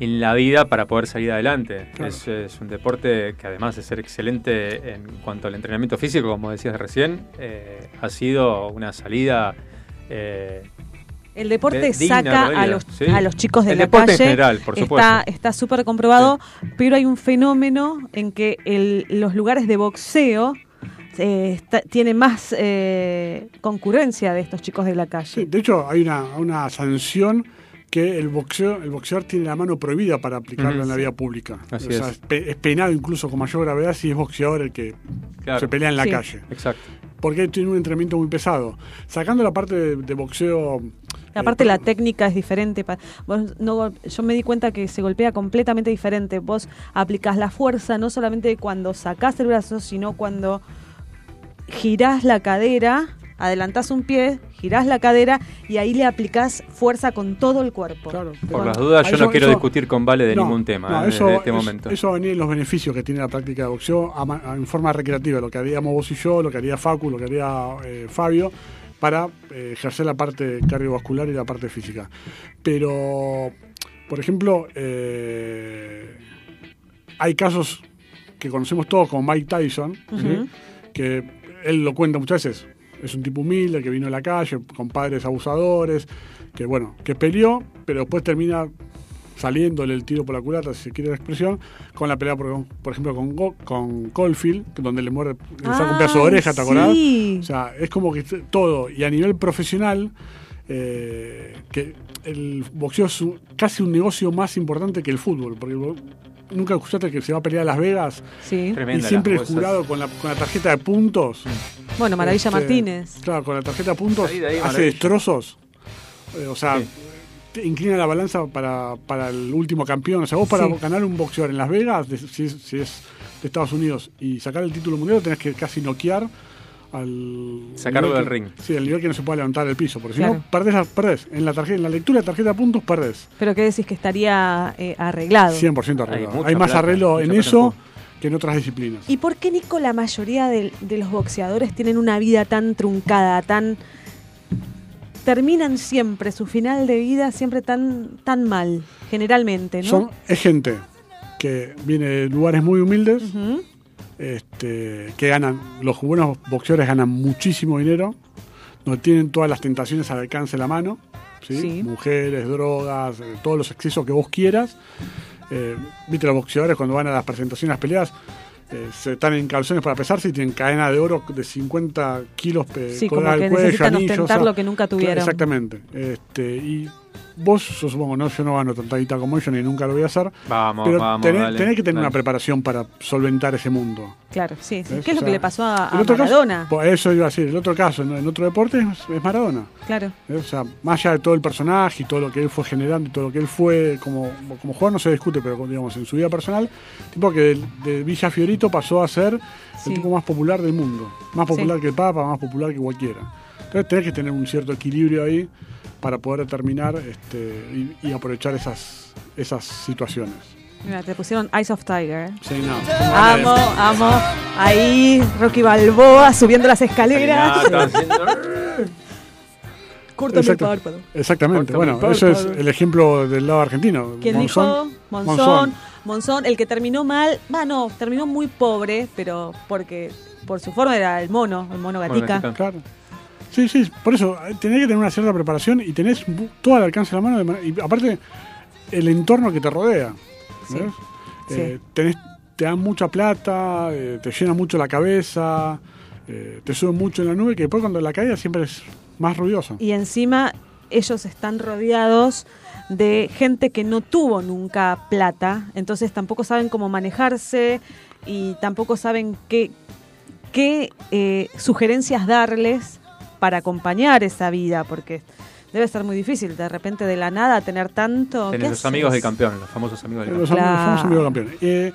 A: en la vida para poder salir adelante.
E: Claro.
A: Es, es un deporte que además de ser excelente en cuanto al entrenamiento físico, como decías recién, eh, ha sido una salida... eh,
B: El deporte
A: De- digna de la
B: saca a
A: vida,
B: los,
A: sí.
B: a los chicos de
A: El
B: la
A: deporte en
B: calle.
A: general, por
B: Está-
A: supuesto.
B: Está súper comprobado, pero hay un fenómeno en que el- los lugares de boxeo eh, está- tienen más eh, concurrencia de estos chicos de la
E: Sí,
B: calle.
E: de hecho, hay una, una sanción que el boxeo, el boxeador tiene la mano prohibida para aplicarla
A: Ujú.
E: en la vía pública.
A: Así
E: o sea,
A: es.
E: es. pe- es penado incluso con mayor gravedad si es boxeador el que
A: Claro.
E: se pelea en la
B: Sí.
E: calle.
A: Exacto.
E: Porque tiene un entrenamiento muy pesado. Sacando la parte de, de boxeo. eh,
B: Aparte la técnica es diferente. pa- vos no gol- yo me di cuenta que se golpea completamente diferente. Vos aplicás la fuerza no solamente cuando sacás el brazo, sino cuando girás la cadera, adelantás un pie, girás la cadera y ahí le aplicás fuerza con todo el cuerpo.
E: Claro,
A: Por
E: pero-
A: las dudas, yo
E: Eso-
A: no quiero
E: eso-
A: discutir con Vale de
E: No,
A: ningún tema
E: no,
A: eh,
E: eso,
A: desde este
E: es-
A: momento.
E: Eso venía en los beneficios que tiene la práctica de boxeo a ma- a- en forma recreativa, lo que haríamos vos y yo, lo que haría Facu, lo que haría eh, Fabio, para eh, ejercer la parte cardiovascular y la parte física. Pero, por ejemplo, eh, hay casos que conocemos todos como Mike Tyson,
B: Ujú.
E: que él lo cuenta muchas veces. Es un tipo humilde que vino a la calle con padres abusadores, que bueno, que peleó, pero después termina saliéndole el tiro por la culata, si se quiere la expresión, con la pelea, por, por ejemplo, con, Go- con Caulfield, que donde le muerde, le saca un pedazo de
B: Ay,
E: oreja, ¿te acordás?
B: sí.
E: O sea, es como que t- todo. Y a nivel profesional, eh, que el boxeo es un- casi un negocio más importante que el fútbol, porque el bo- nunca escuchaste que se va a pelear a Las Vegas
B: Sí.
E: y
A: Tremenda
E: siempre el
A: las cosas.
E: jurado con la, con la tarjeta de puntos.
B: Bueno, Maravilla
E: Este,
B: Martínez.
E: Claro, con la tarjeta de puntos
A: Ahí, de ahí,
E: hace
A: Maravilla.
E: destrozos. Eh, o sea,
A: Sí.
E: te inclina la balanza para, para el último campeón. O sea, vos para
B: Sí.
E: ganar un boxeador en Las Vegas, de- si, es, si es de Estados Unidos, y sacar el título mundial, tenés que casi noquear al.
A: Sacarlo
E: nivel
A: del
E: que-
A: ring.
E: Sí, el nivel que no se puede levantar del piso. Porque si
B: Claro.
E: no, perdés, la- perdés. En la, tarjeta, en la lectura de tarjeta de puntos, perdés.
B: Pero que decís que estaría eh, arreglado.
E: 100%
A: Hay
E: arreglo. Hay,
A: mucha
E: más
A: plata,
E: arreglo
A: mucha
E: en
A: plata en
E: eso
A: juego.
E: que en otras disciplinas.
B: ¿Y por qué, Nico, la mayoría de, de los boxeadores tienen una vida tan truncada, tan... Terminan siempre, su final de vida siempre tan, tan mal, generalmente, ¿no?
E: Son, es gente que viene de lugares muy humildes,
B: Ujú.
E: este, que ganan, los buenos boxeadores ganan muchísimo dinero, no tienen todas las tentaciones al alcance de la mano, ¿sí?
B: Sí.
E: mujeres, drogas, eh, todos los excesos que vos quieras. Eh, Viste, los boxeadores cuando van a las presentaciones, las peleas, eh, se están en calzones para pesarse y tienen cadena de oro de 50 kilos eh,
B: Sí, como
E: colgada al
B: que
E: cuello,
B: necesitan
E: anillos,
B: ostentar
E: o sea,
B: lo que nunca tuvieron.
E: Exactamente. Este, y vos, yo supongo, no, yo no gano tanta guita como ellos ni nunca lo voy a hacer.
A: Vamos,
E: pero
A: vamos.
E: tenés,
A: dale,
E: tenés que tener
A: dale.
E: una preparación para solventar ese mundo.
B: Claro, sí. sí.
E: ¿Ves?
B: ¿Qué es
E: O
B: lo
E: sea,
B: que le pasó a,
E: El
B: a
E: otro caso-
B: Ah, Maradona?
E: por eso iba a decir, el otro caso ¿no? en otro deporte es, es Maradona.
B: Claro.
E: ¿eh? O sea, más allá de todo el personaje y todo lo que él fue generando y todo lo que él fue como, como jugador, no se discute, pero como, digamos, en su vida personal, tipo que de, de Villa Fiorito pasó a ser
B: Sí.
E: el tipo más popular del mundo. Más popular
B: Sí.
E: que el Papa, más popular que cualquiera. Entonces tenés que tener un cierto equilibrio ahí para poder terminar este, y, y aprovechar esas, esas situaciones.
B: Mira, te pusieron Eyes of Tiger.
E: Sí, no.
B: Amo, amo. Ahí, Rocky Balboa subiendo las escaleras. Córtame el
E: Exacto.
B: párpado.
E: Exactamente,
A: Corta
E: bueno,
A: mi
E: eso es
A: párpado.
E: el ejemplo del lado argentino.
B: ¿Quién
E: Monzón,
B: dijo? Monzón, Monzón. el que terminó mal, va, no, terminó muy pobre, pero porque por su forma era el mono, el mono gatica.
A: gatica.
E: Claro. Sí, sí, por eso eh, tenés que tener una cierta preparación y tenés bu- todo al alcance de la mano. de man- y aparte, el entorno que te rodea.
B: Sí.
E: ¿ves?
B: Sí.
E: Eh, tenés- te dan mucha plata, eh, te llena mucho la cabeza, eh, te sube mucho en la nube, que después cuando la caída siempre es más ruidosa.
B: Y encima ellos están rodeados de gente que no tuvo nunca plata, entonces tampoco saben cómo manejarse y tampoco saben qué, qué eh, sugerencias darles para acompañar esa vida, porque debe ser muy difícil de repente de la nada tener tanto...
A: Tenés
B: ¿qué
A: los amigos del
B: haces?
A: campeón, los famosos amigos del
E: Los
A: campeón.
E: amigos-
B: Claro.
E: somos amigos campeones. Eh,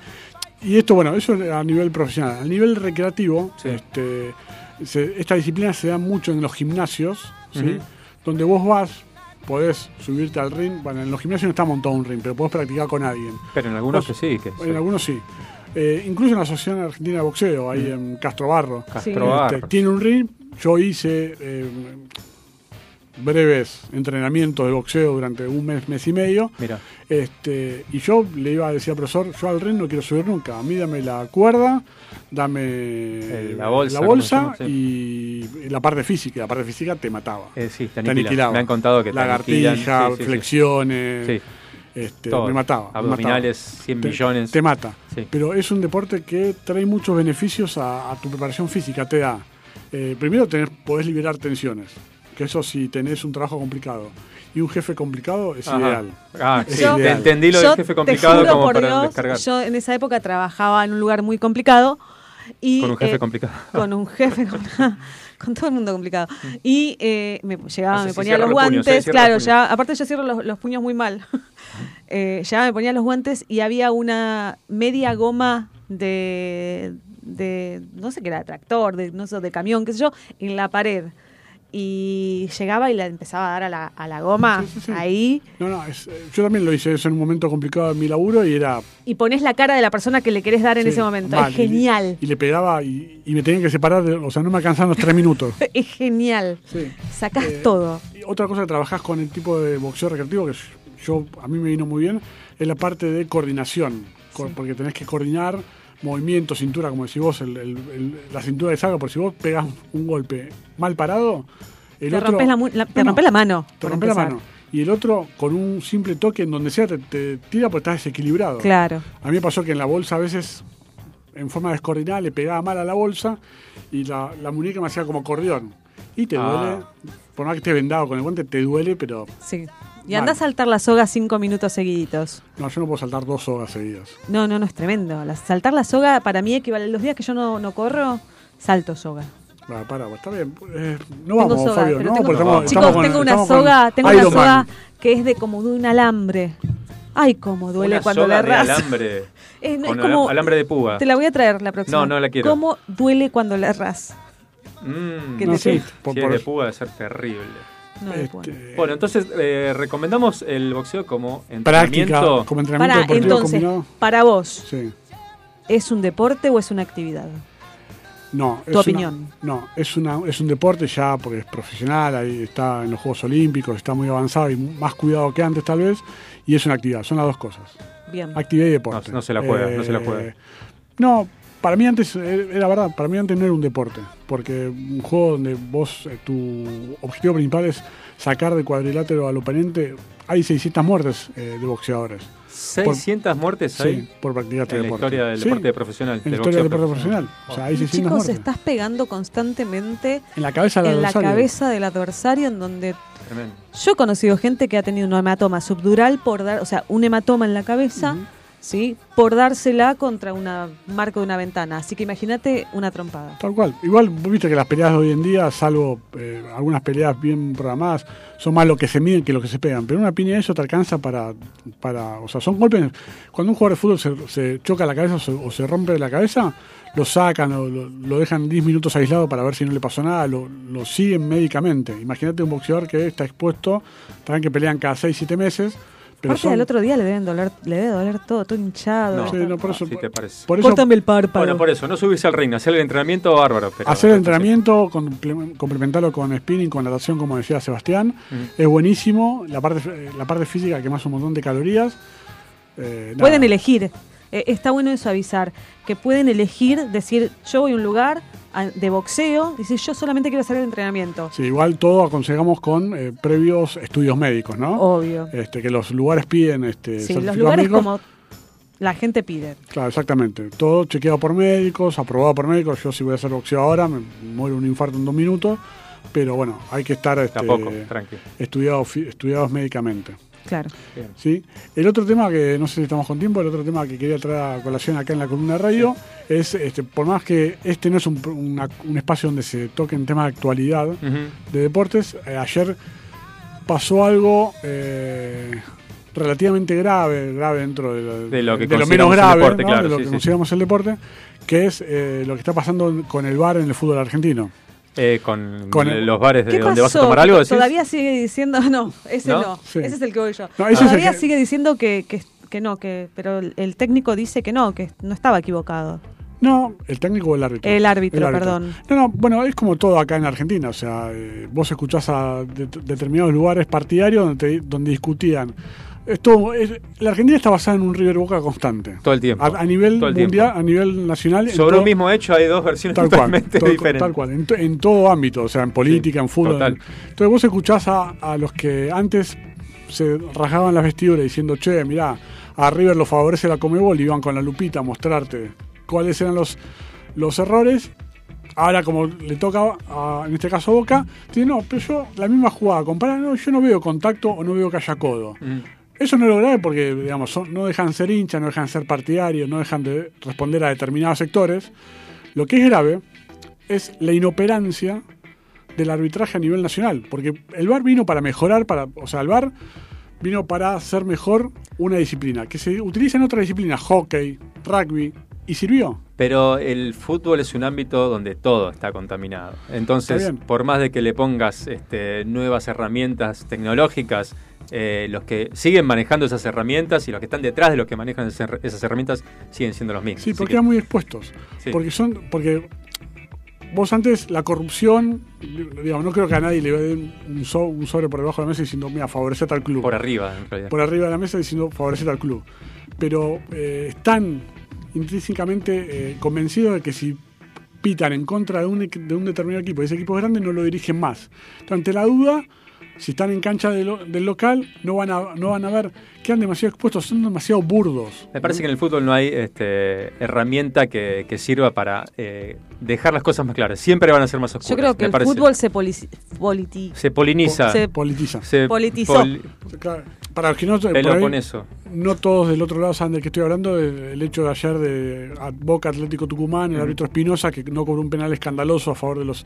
E: y esto, bueno, eso a nivel profesional. A nivel recreativo,
A: Sí.
E: este, se- esta disciplina se da mucho en los gimnasios, ¿sí?
A: Ujú.
E: donde vos vas, podés subirte al ring. Bueno, en los gimnasios no está montado un ring, pero podés practicar con alguien.
A: Pero en algunos que sí, que
E: En algunos sí. Eh, incluso en la Asociación Argentina de Boxeo, ahí en Castro Barro.
B: Castro
A: Castrobar.
E: Este, tiene un ring. Yo hice eh, breves entrenamientos de boxeo durante un mes, mes y medio.
A: Mira,
E: Este, y yo le iba a decir al profesor, yo al ring no quiero subir nunca, a mí dame la cuerda, dame eh,
A: El- la bolsa,
E: la
A: como
E: bolsa
A: se llama,
E: y la parte física, la parte física te mataba.
A: eh, sí, te
E: Te
A: aniquilan.
E: aniquilaba.
A: Me han contado que te
E: Lagartija,
A: aniquilan. Sí, sí, sí.
E: flexiones,
A: Sí,
E: este,
A: todo.
E: me mataba. me mataba.
A: Abdominales, 100
E: Te-
A: billones.
E: Te, mata.
A: Sí.
E: Pero es un deporte que trae muchos beneficios a, a tu preparación física, te da. eh, primero tenés, podés liberar tensiones. Que eso si tenés un trabajo complicado y un jefe complicado es
A: Ajá.
E: ideal.
A: Ah,
E: Es
A: sí,
E: ideal.
A: te entendí lo
B: Yo
A: del jefe complicado
B: te juro
A: como
B: por
A: para
B: Dios,
A: descargar.
B: Yo en esa época trabajaba en un lugar muy complicado. Y,
A: Con un jefe
B: eh,
A: complicado.
B: Con un jefe, con, con todo el mundo complicado.
A: Mm.
B: Y eh, me llegaba,
A: Ah, sí,
B: me
A: sí,
B: ponía
A: cierra
B: los
A: los puños,
B: guantes.
A: sí, cierra
B: claro,
A: los
B: ya, aparte yo cierro los, los puños muy mal. Eh, ya me ponía los guantes y había una media goma de, de no sé qué era, tractor, de, no sé, de camión, qué sé yo, en la pared. Y llegaba y la empezaba a dar a la, a la goma
E: Sí, sí, sí.
B: ahí.
E: No, no, es- eh, yo también lo hice eso en un momento complicado de mi laburo y era...
B: y pones la cara de la persona que le querés dar en
E: sí,
B: ese momento.
E: mal.
B: Es genial.
E: Y, y le pegaba y, y me tenían que separar, de- o sea, no me alcanzaban los tres minutos.
B: Es genial.
E: Sí.
B: Sacás
E: Eh,
B: todo.
E: Y otra cosa que trabajás con el tipo de boxeo recreativo que yo a mí me vino muy bien es la parte de coordinación, co- porque tenés que coordinar movimiento, cintura, como decís vos, el- el- el- la cintura de saca, por si vos pegas un golpe mal parado, el
B: Te
E: otro
B: rompes la, mu- la- te
E: No, no,
B: rompes la mano.
E: te
B: por
E: rompes la
B: empezar.
E: mano y el otro con un simple toque en donde sea te, te tira porque estás desequilibrado.
B: Claro.
E: A mí me pasó que en la bolsa a veces, en forma descoordinada, le pegaba mal a la bolsa y la, la muñeca me hacía como acordeón. Y te
A: Ah.
E: duele, por más que estés vendado con el guante, te duele, pero
B: Sí. Y
E: Mal.
B: andás a saltar la soga cinco minutos seguiditos.
E: no, yo no puedo saltar dos horas seguidas.
B: No, no, no, es tremendo. La- saltar la soga para mí equivale. Los días que yo no, no corro, salto soga.
E: Para, para, está bien. eh, no
B: Tengo
E: vamos,
B: soga,
E: Fabio,
B: pero
E: no,
B: tengo-
E: porque estamos,
A: No,
B: Chicos,
E: estamos con-
B: tengo una
E: estamos con
B: soga, tengo una
E: Iron
B: soga
E: Man.
B: que es de como de un alambre. Ay, cómo duele
A: Una
B: cuando
A: soga
B: la
A: de
B: erras.
A: alambre.
B: Es- no, es
A: con
B: como-
A: alambre de púa.
B: Te la voy a traer la próxima.
A: No, no la quiero.
B: ¿Cómo duele cuando la erras?
A: Mm,
B: que
E: No,
B: te
E: sí,
B: pega.
E: por-
A: si es
E: por-
A: de púa debe ser terrible.
B: No,
E: este,
B: bueno.
A: Bueno, entonces eh, recomendamos el boxeo como
E: práctica,
A: entrenamiento.
E: como entrenamiento
B: Para,
E: deportivo
B: entonces,
E: combinado.
B: para vos,
E: Sí.
B: ¿es un deporte o es una actividad?
E: No, es
B: Tu
E: una-
B: opinión.
E: no, es, una, es un deporte ya porque es profesional, ahí está en los Juegos Olímpicos, está muy avanzado y más cuidado que antes tal vez, y es una actividad, son las dos cosas,
B: Bien.
E: actividad y deporte. Eh,
A: No, no se la juega, no se la juega.
E: No, para mí antes, eh, era verdad, para mí antes no era un deporte, porque un juego donde vos, eh, tu objetivo principal es sacar de cuadrilátero al oponente, hay 600 muertes eh, de boxeadores,
A: 600 muertes hay
E: sí, por practicar este
A: en la
E: deporte.
A: historia del
E: Sí,
A: deporte profesional.
E: en
A: del
E: la historia del
A: boxeo
E: deporte profesional. O sea, hay 600
B: Chicos,
E: muertes.
B: estás pegando constantemente
E: En la cabeza
B: en
E: del
B: la
E: adversario.
B: cabeza del adversario en donde
A: Tremendo.
B: yo he conocido gente que ha tenido un hematoma subdural por dar, o sea, un hematoma en la cabeza, ¿sí? Por dársela contra una marca de una ventana. Así que imagínate una trompada.
E: Tal cual. Igual, vos viste que las peleas de hoy en día, salvo eh, algunas peleas bien programadas, son más lo que se miden que lo que se pegan. Pero una piña de eso te alcanza para, para. O sea, son golpes. Cuando un jugador de fútbol se, se choca la cabeza o se, o se rompe la cabeza, lo sacan, o lo, lo dejan 10 minutos aislado para ver si no le pasó nada, lo, lo siguen médicamente. Imagínate un boxeador que está expuesto, también que pelean cada 6-7 meses. Pero
B: Aparte
E: son,
B: del otro día le deben doler, le debe doler todo, todo hinchado.
A: No.
E: Sí, no, por eso-
A: Si te parece.
E: por eso-
B: Córtame el párpado.
A: Bueno, por eso, no subirse al ring, hacer el entrenamiento bárbaro. Pero
E: Hacer el entrenamiento, comple- complementarlo con spinning, con natación, como decía Sebastián, es buenísimo. La parte, eh, la parte física que más un montón de calorías. Eh, nada.
B: Pueden elegir. Eh, está bueno eso avisar. Que pueden elegir, decir, yo voy a un lugar a- de boxeo, decir, yo solamente quiero hacer el entrenamiento.
E: Sí, igual todo aconsejamos con eh, previos estudios médicos, ¿no?
B: Obvio.
E: Este, que los lugares piden este,
B: Sí, los
E: certificados
B: lugares
E: médicos.
B: como la gente pide.
E: Claro, exactamente. Todo chequeado por médicos, aprobado por médicos. Yo si voy a hacer boxeo ahora, me muero un infarto en dos minutos. Pero bueno, hay que estar este,
A: Tampoco, tranqui.
E: estudiado fi- estudiados médicamente.
B: Claro.
E: ¿sí? El otro tema que no sé si estamos con tiempo, el otro tema que quería traer a colación acá en la columna de radio es, este, por más que este no es un, pro- una- un espacio donde se toquen temas de actualidad
A: Ujú.
E: de deportes, eh, ayer pasó algo eh, relativamente grave, grave dentro de, la-
A: De lo que
E: menos
A: consideramos el
E: grave,
A: deporte,
E: ¿no?
A: claro,
E: de lo
A: sí,
E: que
A: sí.
E: consideramos el deporte, que es eh, lo que está pasando con el bar en el fútbol argentino.
A: Eh, con
E: Con
A: eh,
E: el-
A: los bares de
B: ¿Qué
A: donde vas a
B: pasó?
A: tomar algo. decís?
B: Todavía sigue diciendo, no, ese no,
A: ¿No?
E: Sí.
B: ese es el que voy yo.
E: No, ese es el
B: Todavía
E: que-
B: sigue diciendo que, que, que no, que pero el- el técnico dice que no, que no estaba equivocado.
E: No, el técnico o el árbitro.
B: El árbitro, perdón.
E: No, no, bueno, es como todo acá en Argentina. O sea, eh, vos escuchás a de- determinados lugares partidarios donde, te- donde discutían. Esto, es- la Argentina está basada en un River Boca constante.
A: Todo el tiempo.
E: A, a nivel
A: Todo el
E: mundial,
A: tiempo.
E: a nivel nacional. en
A: Sobre
E: Ah, todo-
A: un mismo hecho hay dos versiones
E: Tal cual,
A: totalmente
E: tal, cual,
A: diferentes.
E: tal cual, en, to- en todo ámbito, o sea, en política,
A: Sí,
E: en fútbol.
A: total.
E: en- entonces vos escuchás a, a los que antes se rajaban las vestiduras diciendo, che, mirá, a River lo favorece la Comebol y iban con la lupita a mostrarte cuáles eran los, los errores. Ahora, como le toca, a- en este caso a Boca, dice, no, pero yo la misma jugada, compara, no, yo no veo contacto o no veo que haya codo.
A: Mm.
E: Eso no es lo grave porque, digamos, son- no dejan ser hinchas, no dejan ser partidarios, no dejan de responder a determinados sectores. Lo que es grave es la inoperancia del arbitraje a nivel nacional, porque el VAR vino para mejorar, para, o sea, el VAR vino para hacer mejor una disciplina, que se utiliza en otra disciplina, hockey, rugby, y sirvió.
A: Pero el fútbol es un ámbito donde todo está contaminado. Entonces,
E: Está bien.
A: por más de que le pongas este, nuevas herramientas tecnológicas, eh, los que siguen manejando esas herramientas y los que están detrás de los que manejan esas her- esas herramientas siguen siendo los mismos.
E: Sí,
A: Así
E: porque
A: que-
E: eran muy expuestos.
A: Sí.
E: Porque son, porque vos antes la corrupción, digamos, no creo que a nadie le den un, so- un sobre por debajo de la mesa diciendo, mira, favorecete al club.
A: por arriba, en realidad.
E: por arriba de la mesa diciendo favorecer al club. Pero eh, están intrínsecamente eh, convencidos de que si pitan en contra de un, equ- de un determinado equipo, y ese equipo es grande, no lo dirigen más. Entonces, ante la duda, si están en cancha de lo- del local, no van, a, no van a ver, quedan demasiado expuestos, son demasiado burdos.
A: Me parece que en el fútbol no hay este, herramienta que, que sirva para eh, dejar las cosas más claras. Siempre van a ser más oscuras.
B: Yo creo que
A: me
B: el
A: parece.
B: fútbol se polici- politi-
A: se poliniza.
B: se-
E: Politiza.
A: se
B: politizó.
A: poli-
E: Claro, Para los que no, por ahí-
A: Peloponeso.
E: no todos del otro lado saben de qué estoy hablando. El, el hecho de ayer de a- Boca Atlético Tucumán, el árbitro Espinosa, que no cobró un penal escandaloso a favor de los,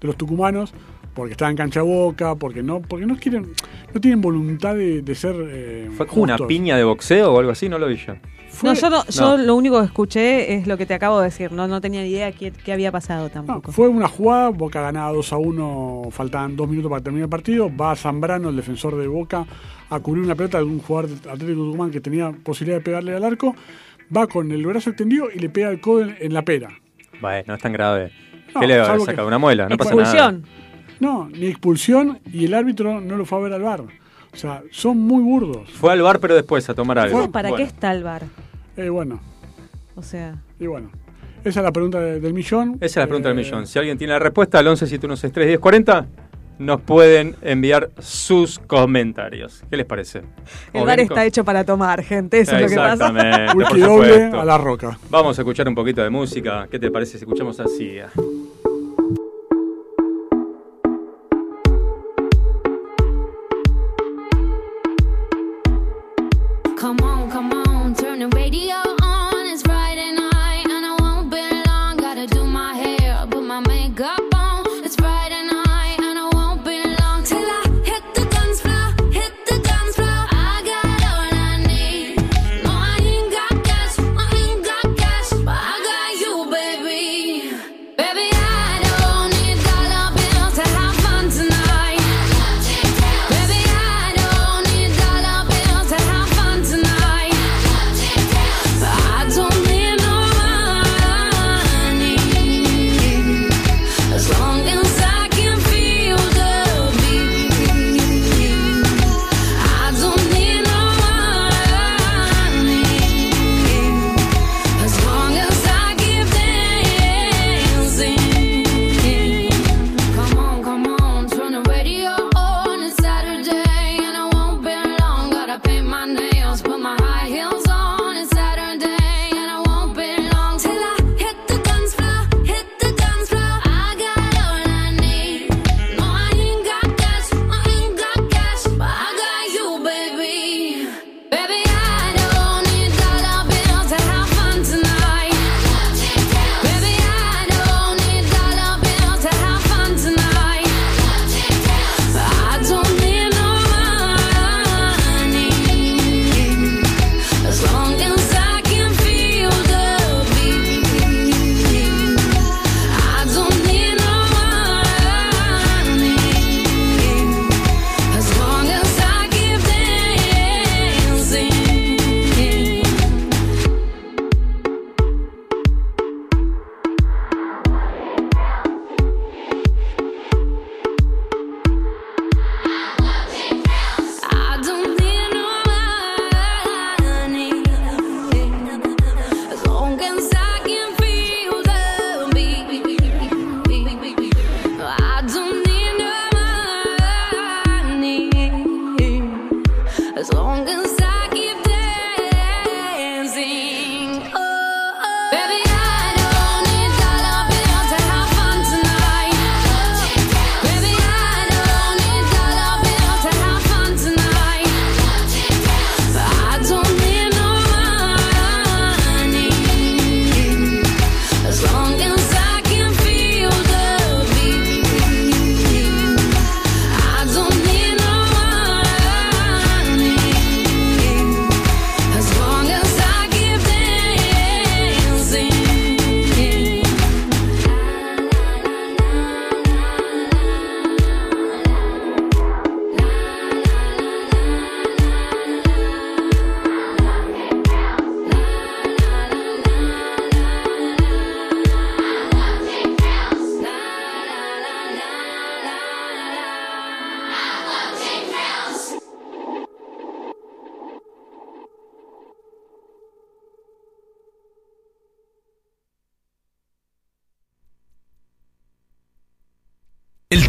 E: de los tucumanos, porque estaba en cancha Boca, porque no, porque no quieren, no tienen voluntad de, de ser. eh,
A: ¿Fue como una
E: justos.
A: piña de boxeo o algo así? No lo vi yo.
E: Fue-
B: No, yo, no, yo
A: no.
B: lo único que escuché es lo que te acabo de decir. No, no tenía ni idea qué, qué había pasado
E: no,
B: tampoco.
E: fue una jugada, Boca ganaba 2 a 1, faltaban 2 minutos para terminar el partido, va Zambrano, el defensor de Boca, a cubrir una pelota de un jugador de Atlético Tucumán que tenía posibilidad de pegarle al arco, va con el brazo extendido y le pega el codo en- en la pera.
A: Bueno, no es tan grave.
E: No,
A: ¿Qué le va a
E: salvo
A: sacar?
E: que-
A: Una muela, no pasa nada.
B: Expulsión.
E: No, ni expulsión y el árbitro no lo fue a ver al bar. O sea, son muy burdos.
A: Fue al bar, pero después a tomar algo.
B: Entonces, ¿Para
A: Bueno,
B: qué está el bar?
E: Eh, bueno,
B: O sea,
E: y bueno. Esa es la pregunta de- del millón.
A: Esa es la pregunta del
E: Eh,
A: millón. Si alguien tiene la respuesta, al 11 7163 1040, nos pueden enviar sus comentarios. ¿Qué les parece?
B: el bar está hecho para tomar, gente. Eso es lo que pasa.
A: Exactamente. por
E: Wiki doble
A: supuesto.
E: a la roca.
A: Vamos a escuchar un poquito de música. ¿Qué te parece si escuchamos así? ah?
H: Come on, come on, turn the radio on. It's Friday night and I won't be long. Gotta do my hair, put my makeup on. It's Friday night and I won't be long till I hit the dance floor, hit the dance floor. I got all I need. No, I ain't got cash, I ain't got cash, but I got you, baby, baby. I Oh,
D: El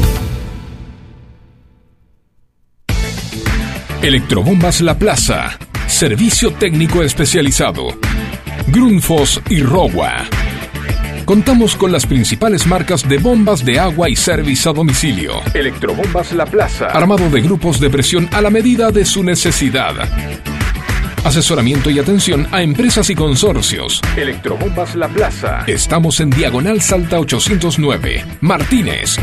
D: Electrobombas La Plaza. Servicio técnico especializado. Grundfos y Rowa. Contamos con las principales marcas de bombas de agua y service a domicilio. Electrobombas La Plaza. Armado de grupos de presión a la medida de su necesidad. Asesoramiento y atención a empresas y consorcios. Electrobombas La Plaza. Estamos en Diagonal Salta 809. Martínez.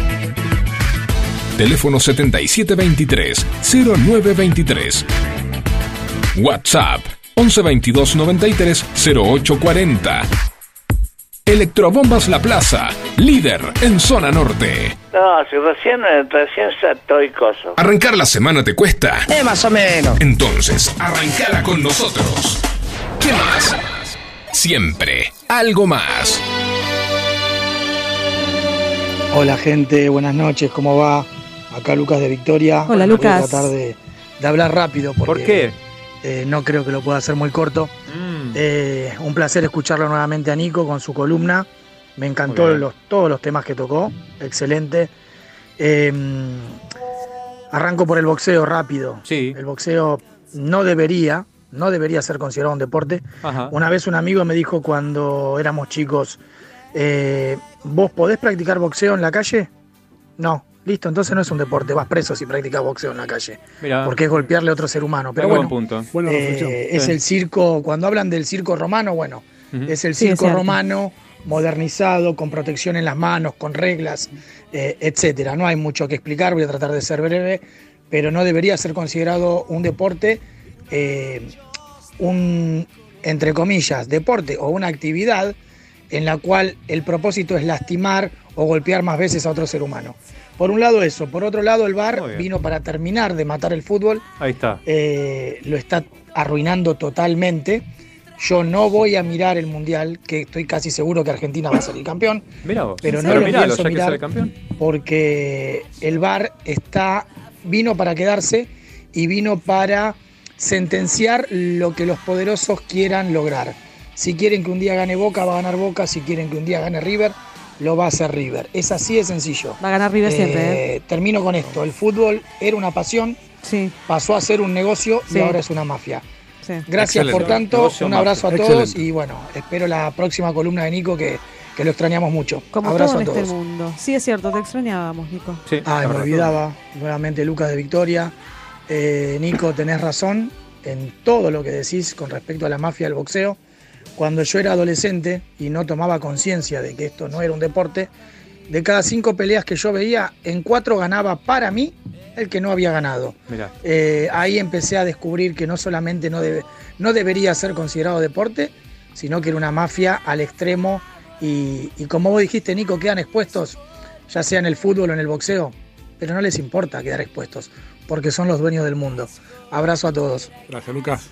D: Teléfono 7723-0923. WhatsApp 1122-93-0840. Electrobombas La Plaza, líder en zona norte.
I: No, si recién, recién estoy coso.
D: Arrancar la semana te cuesta.
I: Eh, más o menos.
D: Entonces, arrancala con nosotros. ¿Qué más? Siempre, algo más.
J: Hola gente, buenas noches, ¿cómo va? Acá Lucas de Victoria.
B: Hola,
J: Voy a
B: Lucas.
J: tratar de, de hablar rápido porque
A: ¿Por qué?
J: eh, no creo que lo pueda hacer muy corto.
A: Mm.
J: Eh, un placer escucharlo nuevamente a Nico con su columna. Me
A: Muy
J: encantó
A: bien.
J: los, todos los temas que tocó. Excelente. Eh, arranco por el boxeo rápido.
A: Sí.
J: El boxeo no debería, no debería ser considerado un deporte.
A: Ajá.
J: Una vez un amigo me dijo cuando éramos chicos, eh, ¿vos podés practicar boxeo en la calle? No, listo, entonces no es un deporte, vas preso si practicas boxeo en la calle,
A: Mira,
J: porque es golpearle a otro ser humano. Pero
A: muy buen
J: bueno,
A: punto.
E: Buena
J: eh,
E: reflexión.
J: es
A: Sí.
J: el circo, cuando hablan del circo romano, bueno,
A: Ujú.
J: es el
B: Sí, es
J: circo
B: cierto.
J: romano modernizado, con protección en las manos, con reglas, eh, etcétera. No hay mucho que explicar, voy a tratar de ser breve, pero no debería ser considerado un deporte, eh, un, entre comillas, deporte o una actividad en la cual el propósito es lastimar o golpear más veces a otro ser humano. Por un lado eso, por otro lado el
A: Muy
J: VAR
A: bien.
J: vino para terminar de matar el fútbol,
A: Ahí está.
J: eh, lo está arruinando totalmente. Yo no voy a mirar el mundial, que estoy casi seguro que Argentina va a salir campeón,
A: Mirá vos.
J: pero no
A: Pero
J: lo
A: miralo,
J: pienso
A: ya que
J: mirar.
A: sale campeón.
J: porque el VAR está vino para quedarse y vino para sentenciar lo que los poderosos quieran lograr. Si quieren que un día gane Boca, va a ganar Boca. Si quieren que un día gane River, lo va a hacer River. Es así de sencillo.
B: Va a ganar River siempre, ¿eh?
J: Eh, Termino con esto. El fútbol era una pasión,
B: Sí,
J: pasó a ser un negocio
B: Sí.
J: y ahora es una mafia.
B: sí.
J: Gracias
A: Excelente.
J: por tanto,
A: Negocio
J: un abrazo a
E: mafia.
J: todos
E: Excelente.
J: y bueno, espero la próxima columna de Nico que, que lo extrañamos mucho.
B: Como
J: abrazo
B: todo en
J: a todos.
B: este mundo. Sí, es cierto, te extrañábamos, Nico.
A: Sí,
J: Ah, me
A: abrazo.
J: olvidaba, nuevamente Lucas de Victoria. Eh, Nico, tenés razón en todo lo que decís con respecto a la mafia del boxeo. Cuando yo era adolescente y no tomaba conciencia de que esto no era un deporte, de cada cinco peleas que yo veía, en cuatro ganaba para mí el que no había ganado.
A: Mirá.
J: Eh, ahí empecé a descubrir que no solamente no, debe- no debería ser considerado deporte, sino que era una mafia al extremo y, y como vos dijiste, Nico, quedan expuestos, ya sea en el fútbol o en el boxeo, pero no les importa quedar expuestos, porque son los dueños del mundo. Abrazo a todos.
E: Gracias, Lucas.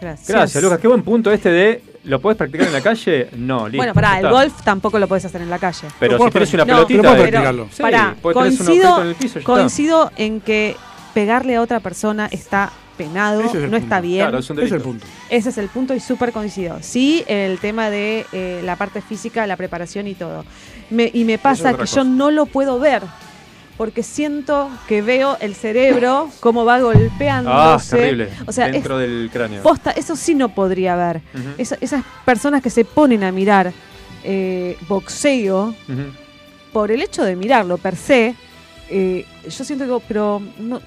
B: Gracias.
A: Gracias, Lucas. Qué buen punto este de. ¿lo podés practicar en la calle? No, listo.
B: Bueno, pará,
A: ya
B: el
A: está.
B: golf tampoco lo podés hacer en la calle.
A: Pero
E: Lo
A: si
E: puedo
A: tenés una
B: No,
A: pelotita.
E: pero puedo
A: de-
E: practicarlo.
A: Sí,
B: Pará,
A: podés tener un objeto
B: coincido,
A: en el piso, ya está.
B: coincido en que pegarle a otra persona está penado,
E: Ese es el
B: no está
E: punto.
B: bien.
A: Claro, es un
E: Ese es
A: delito.
E: el punto.
B: Ese es el punto y súper coincido. Sí, el tema de eh, la parte física, la preparación y todo. Me- y me
A: es
B: pasa
A: otra
B: que
A: cosa.
B: yo no lo puedo ver porque siento que veo el cerebro cómo va golpeándose.
A: Ah, es terrible.
B: O sea, es
A: Dentro del cráneo.
B: posta, eso sí no podría ver.
A: Ujú,
B: Esa- esas personas que se ponen a mirar eh, boxeo
A: ujú.
B: por el hecho de mirarlo per se, eh, yo siento que, pero no-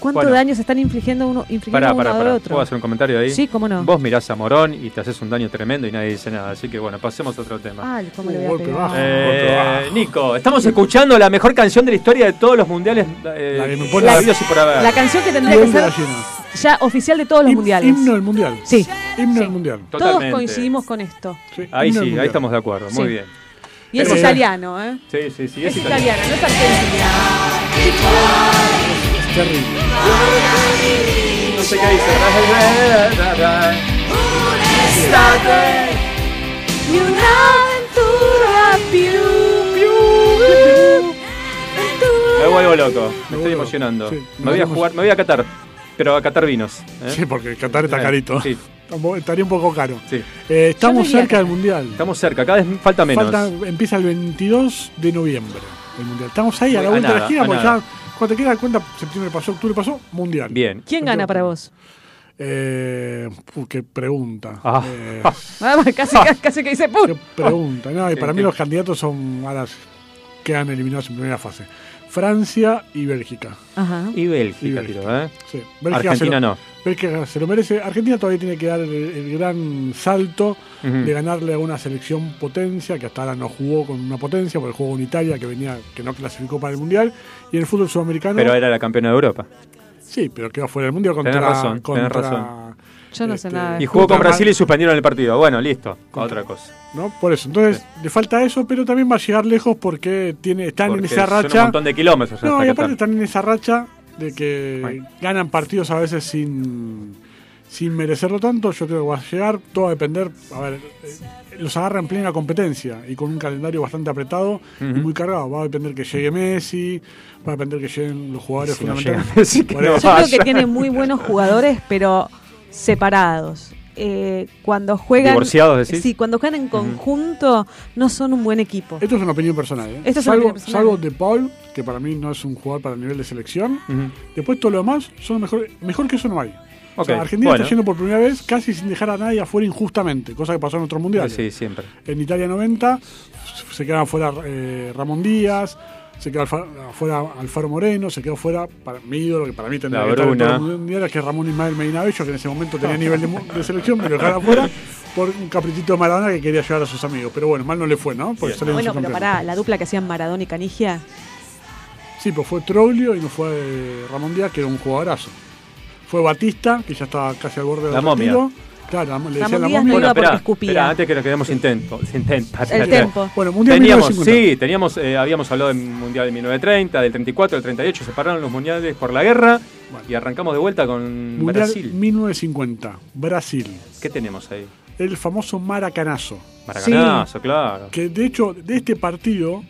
B: ¿cuánto
A: Bueno.
B: daño se están infligiendo uno, infligiendo
A: Pará,
B: uno
A: pará,
B: al
A: pará.
B: otro?
A: ¿Puedo hacer un comentario ahí?
B: Sí, cómo no.
A: Vos mirás a Morón y te haces un daño tremendo y nadie dice nada. Así que bueno, pasemos a otro tema.
B: Ay, cómo le
E: Un
B: voy a
E: golpe
B: pegar.
E: bajo. ah.
A: Eh, Nico, estamos escuchando la mejor canción de la historia de todos los mundiales eh,
E: La que me pone
A: la-
E: la-
A: habidos y por haber.
B: La canción que tendría que
E: Bien de
B: ser
E: gallina.
B: ya oficial de todos los
E: Him-
B: mundiales.
E: Himno del mundial.
B: Sí.
E: Himno del
B: Sí.
E: mundial.
A: Totalmente.
B: Todos coincidimos con esto.
E: Sí,
A: Ahí
E: himno del
A: sí,
E: mundial.
A: ahí estamos de acuerdo. Muy
B: Sí.
A: bien.
B: Y es
A: Pero-
B: italiano, ¿eh?
A: Sí, sí, sí.
B: Es
A: italiano.
B: italiano, no es argentino.
E: terrible.
A: No sé qué dice.
C: Estate y una aventura. Piu, piu,
A: Me vuelvo loco. Me estoy emocionando. me voy a jugar, me voy a Qatar. Pero a Qatar vinos. ¿eh?
E: Sí, porque Qatar está
A: Eh,
E: carito.
A: sí.
E: Tampoco- Estaría un poco caro.
A: Sí.
E: Eh, estamos
A: Yo diría
E: cerca del Mundial.
A: Estamos cerca, cada vez falta menos.
E: Falta- empieza el 22 de noviembre el Mundial. Estamos ahí a la
A: A
E: vuelta de
A: nada,
E: la esquina,
A: a
E: porque
A: nada.
E: ya cuando te quedas cuenta, septiembre pasó, octubre pasó, Mundial.
A: Bien.
B: ¿Quién gana para vos?
E: Eh, puh, qué pregunta.
A: Ah.
E: Eh,
B: Ah, casi, casi, que dice ¡pum!
E: pregunta. No, y
A: Sí,
E: para mí
A: sí.
E: los candidatos son a las que han eliminado en primera fase. Francia y Bélgica.
B: Ajá.
A: Y
E: Y
A: Bélgica,
E: Bélgica.
A: tiro, ¿eh?
E: Sí,
A: Argentina
E: se lo,
A: no.
E: Bélgica se lo merece. Argentina todavía tiene que dar el, el gran salto
A: Ujú.
E: de ganarle a una selección potencia, que hasta ahora no jugó con una potencia, porque jugó con Italia, que venía, que no clasificó para el Mundial. Y en el fútbol sudamericano,
A: Pero era la campeona de Europa.
E: sí, pero quedó fuera del Mundial contra...
A: Tenés razón, tenés
E: contra-
A: razón.
B: Yo no sé
E: Este,
B: nada. de
A: Y jugó con
E: Ultraman.
A: Brasil y suspendieron el partido. Bueno, listo. Otra cosa.
E: ¿no? Por eso, entonces le falta eso, pero también va a llegar lejos porque tiene están
A: Porque
E: en esa
A: son un
E: racha...
A: montón de kilómetros hasta
E: No, y
A: Qatar.
E: aparte están en esa racha de que
A: Ay.
E: ganan partidos a veces sin, sin merecerlo tanto. Yo creo que va a llegar, todo va a depender. A ver, eh, los agarra en plena competencia y con un calendario bastante apretado y muy cargado. Va a depender que llegue Messi, va a depender que lleguen los jugadores
A: Si no
E: fundamentales.
A: llega Messi, que
E: Por eso,
A: no
B: Yo creo
A: vaya.
B: que tiene muy buenos jugadores, pero separados. Eh, cuando juegan.
A: Divorciados, decís.
B: Sí, cuando juegan en conjunto, no son un buen equipo.
E: Esto es una opinión personal. ¿eh?
B: Esto es una
E: salvo,
B: opinión personal.
E: salvo de Paul, que para mí no es un jugador para el nivel de selección.
A: Ujú.
E: Después todo lo demás son mejor, mejor que eso no hay. O sea,
A: Ok,
E: Argentina
A: bueno.
E: está yendo por primera vez casi sin dejar a nadie afuera injustamente, cosa que pasó en otros mundiales.
A: Sí, siempre.
E: En Italia 90 se quedaban fuera eh, Ramón Díaz, se quedó Alfa- fuera Alfaro Moreno, se quedó fuera para mi ídolo, que para mí tendría
A: La
E: que estar en
A: Bruna.
E: todos los mundiales, que es Ramón Ismael Medina Bello, que en ese momento tenía nivel de, mu- de selección, pero dejaron afuera por un caprichito de Maradona que quería llevar a sus amigos. Pero bueno, mal no le fue, ¿no? Porque salieron
B: Bueno, pero
E: subcampeones.
B: pará, la dupla que hacían Maradona y Canigia.
E: Sí, pues fue Troglio y no fue eh, Ramón Díaz, que era un jugadorazo. Fue Batista, que ya estaba casi al borde
A: La
E: del
A: momia.
E: retiro. Claro, la- le decía
B: Ramón
E: la
B: Díaz no
E: momia.
B: iba porque
A: esperá,
B: escupía.
A: esperá, antes que nos quedemos intento. Intenta,
B: El
A: espera.
B: tempo.
E: Bueno, Mundial
A: Teníamos,
E: 1950.
A: sí, teníamos, eh, habíamos hablado del Mundial de 1930, del 34, del 38, se pararon los mundiales por la guerra y arrancamos de vuelta con
E: Mundial
A: Mm, Brasil.
E: 1950, Brasil.
A: ¿Qué tenemos ahí?
E: El famoso maracanazo.
A: Maracanazo, claro.
E: Que de hecho, de este partido,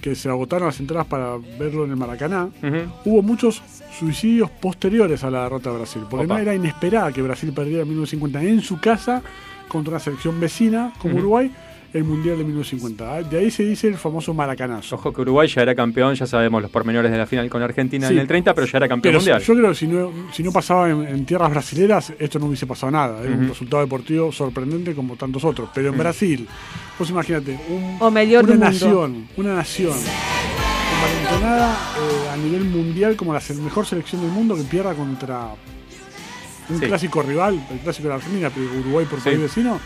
E: que se agotaron las entradas para verlo en el Maracaná,
A: Ujú.
E: hubo muchos suicidios posteriores a la derrota de Brasil. Porque
A: Opa.
E: no era inesperada que Brasil perdiera en 1950 en su casa contra una selección vecina como
A: Ujú.
E: Uruguay el Mundial de 1950. De ahí se dice el famoso maracanazo.
A: Ojo que Uruguay ya era campeón, ya sabemos los pormenores de la final con Argentina
E: Sí.
A: en el 30, pero ya era campeón
E: Pero
A: mundial.
E: yo creo que si no, si no pasaba en, en tierras brasileras, esto no hubiese pasado nada. Era un
A: Ujú.
E: resultado deportivo sorprendente como tantos otros. Pero en Brasil, vos imagínate, un,
B: O Mellior
E: una
B: del mundo.
E: nación, una nación envalentonada eh, a nivel mundial como la se- mejor selección del mundo que pierda contra un
A: Sí.
E: clásico rival, el clásico de la Argentina, pero Uruguay por
A: Sí.
E: país vecino,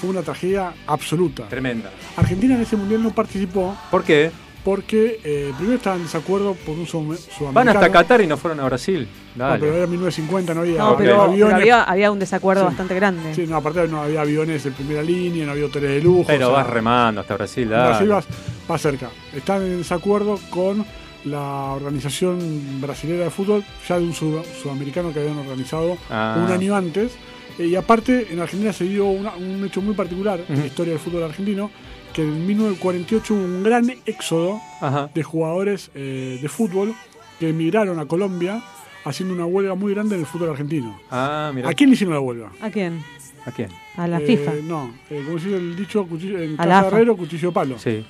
E: fue una tragedia absoluta.
A: Tremenda.
E: Argentina en ese mundial no participó
A: ¿Por qué?
E: porque eh, primero estaba en desacuerdo por un sudam- sudamericano.
A: Van hasta Qatar y no fueron a Brasil.
E: No,
A: Dale.
E: pero era 1950, no había,
B: No,
A: ok.
B: pero,
E: aviones.
B: pero había, había un desacuerdo
E: Sí.
B: bastante grande.
E: Sí, no, aparte no había aviones de primera línea, no había hoteles de lujo.
A: Pero
E: o sea,
A: vas remando hasta Brasil, dale.
E: Brasil vas- va cerca. Están en desacuerdo con la organización brasilera de fútbol, ya de un sud- sudamericano que habían organizado
A: Ah.
E: un año antes. Eh, Y aparte, en Argentina se dio una- un hecho muy particular en la historia del fútbol argentino, que en 1948 hubo un gran éxodo
A: Ajá.
E: de jugadores eh, de fútbol que emigraron a Colombia haciendo una huelga muy grande en el fútbol argentino.
A: Ah, mira.
E: ¿A quién le hicieron la huelga?
B: ¿A quién?
A: ¿A quién?
B: A la
E: Eh,
B: FIFA.
E: No, eh, como dice el dicho, cuchillo- en
B: A la
E: casa de
B: AFA.
E: herrero, cuchillo de palo.
A: Sí.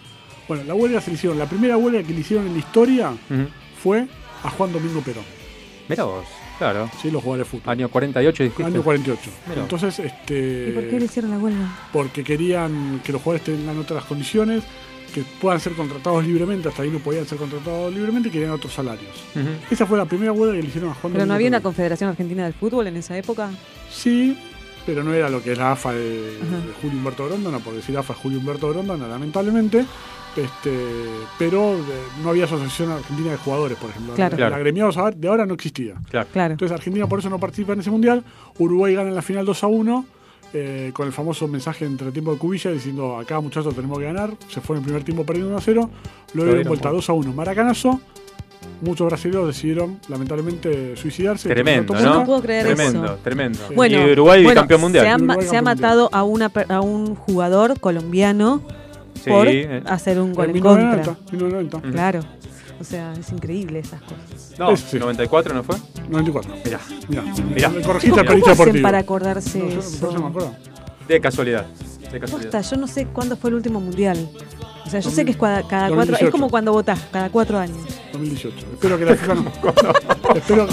E: Bueno, la huelga se le hicieron. La primera huelga que le hicieron en la historia
A: Ujú.
E: fue a Juan Domingo Perón,
A: Mira vos, claro.
E: ¿sí? los jugadores de fútbol.
A: Año 48 dijiste.
E: Año 48.
A: Mirá.
E: Entonces, este.
B: ¿Y por qué le hicieron la huelga?
E: porque querían que los jugadores tengan otras condiciones, que puedan ser contratados libremente, hasta ahí no podían ser contratados libremente, y querían otros salarios.
A: Ujú.
E: Esa fue la primera huelga que le hicieron a Juan
B: Pero
E: Domingo
B: no había una
E: Perón.
B: Confederación Argentina del Fútbol en esa época.
E: Sí, pero no era lo que es la AFA de,
B: Ajá.
E: de Julio Humberto Grondona, por decir AFA es Julio Humberto Grondona, lamentablemente. Este, pero eh, no había asociación argentina de jugadores, por ejemplo.
B: Claro.
E: La-
A: Claro.
E: La agremiados a- de ahora no existía.
A: Claro.
B: Claro.
E: Entonces Argentina por eso no participa en ese mundial. Uruguay gana en la final 2 a 1. eh, con el famoso mensaje entre tiempo de Cubilla diciendo acá muchachos tenemos que ganar, se fue en el primer tiempo perdiendo 1 a 0, luego
A: Lo
E: dieron
A: dieron
E: vuelta
A: vuelta.
E: 2 a 1, maracanazo, muchos brasileños decidieron lamentablemente suicidarse.
A: Tremendo,
E: Terminó
A: ¿no?
E: todo
B: No puedo creer
A: tremendo,
B: eso.
A: Tremendo,
B: Bueno,
A: y Uruguay
B: bueno,
A: campeón mundial.
B: Se ha, ma-
E: Uruguay
B: se ha
E: campeón
B: matado a, una, per- a un jugador colombiano
A: Sí,
B: por
A: eh.
B: hacer un gol
E: en
B: en contra.
E: 1990, 1990.
A: Ujú.
B: Claro. O sea, es increíble esas cosas.
A: No,
E: Es, sí.
A: 94 no fue.
E: 94.
A: Mirá,
E: Mirá,
A: Mirá.
E: me
B: Chicos,
E: corregiste al
B: ¿Cómo
E: periodista
B: hacen
E: deportivo.
B: para acordarse
E: No, yo-
B: eso?
E: por eso me acuerdo.
A: de casualidad.
B: Posta,
A: De casualidad.
B: yo no sé cuándo fue el último mundial. O sea, yo sé que es cua- cada cuatro... Es
E: 2018.
B: como cuando votás, cada cuatro años.
E: 2018. Espero que la FIFA no. Espero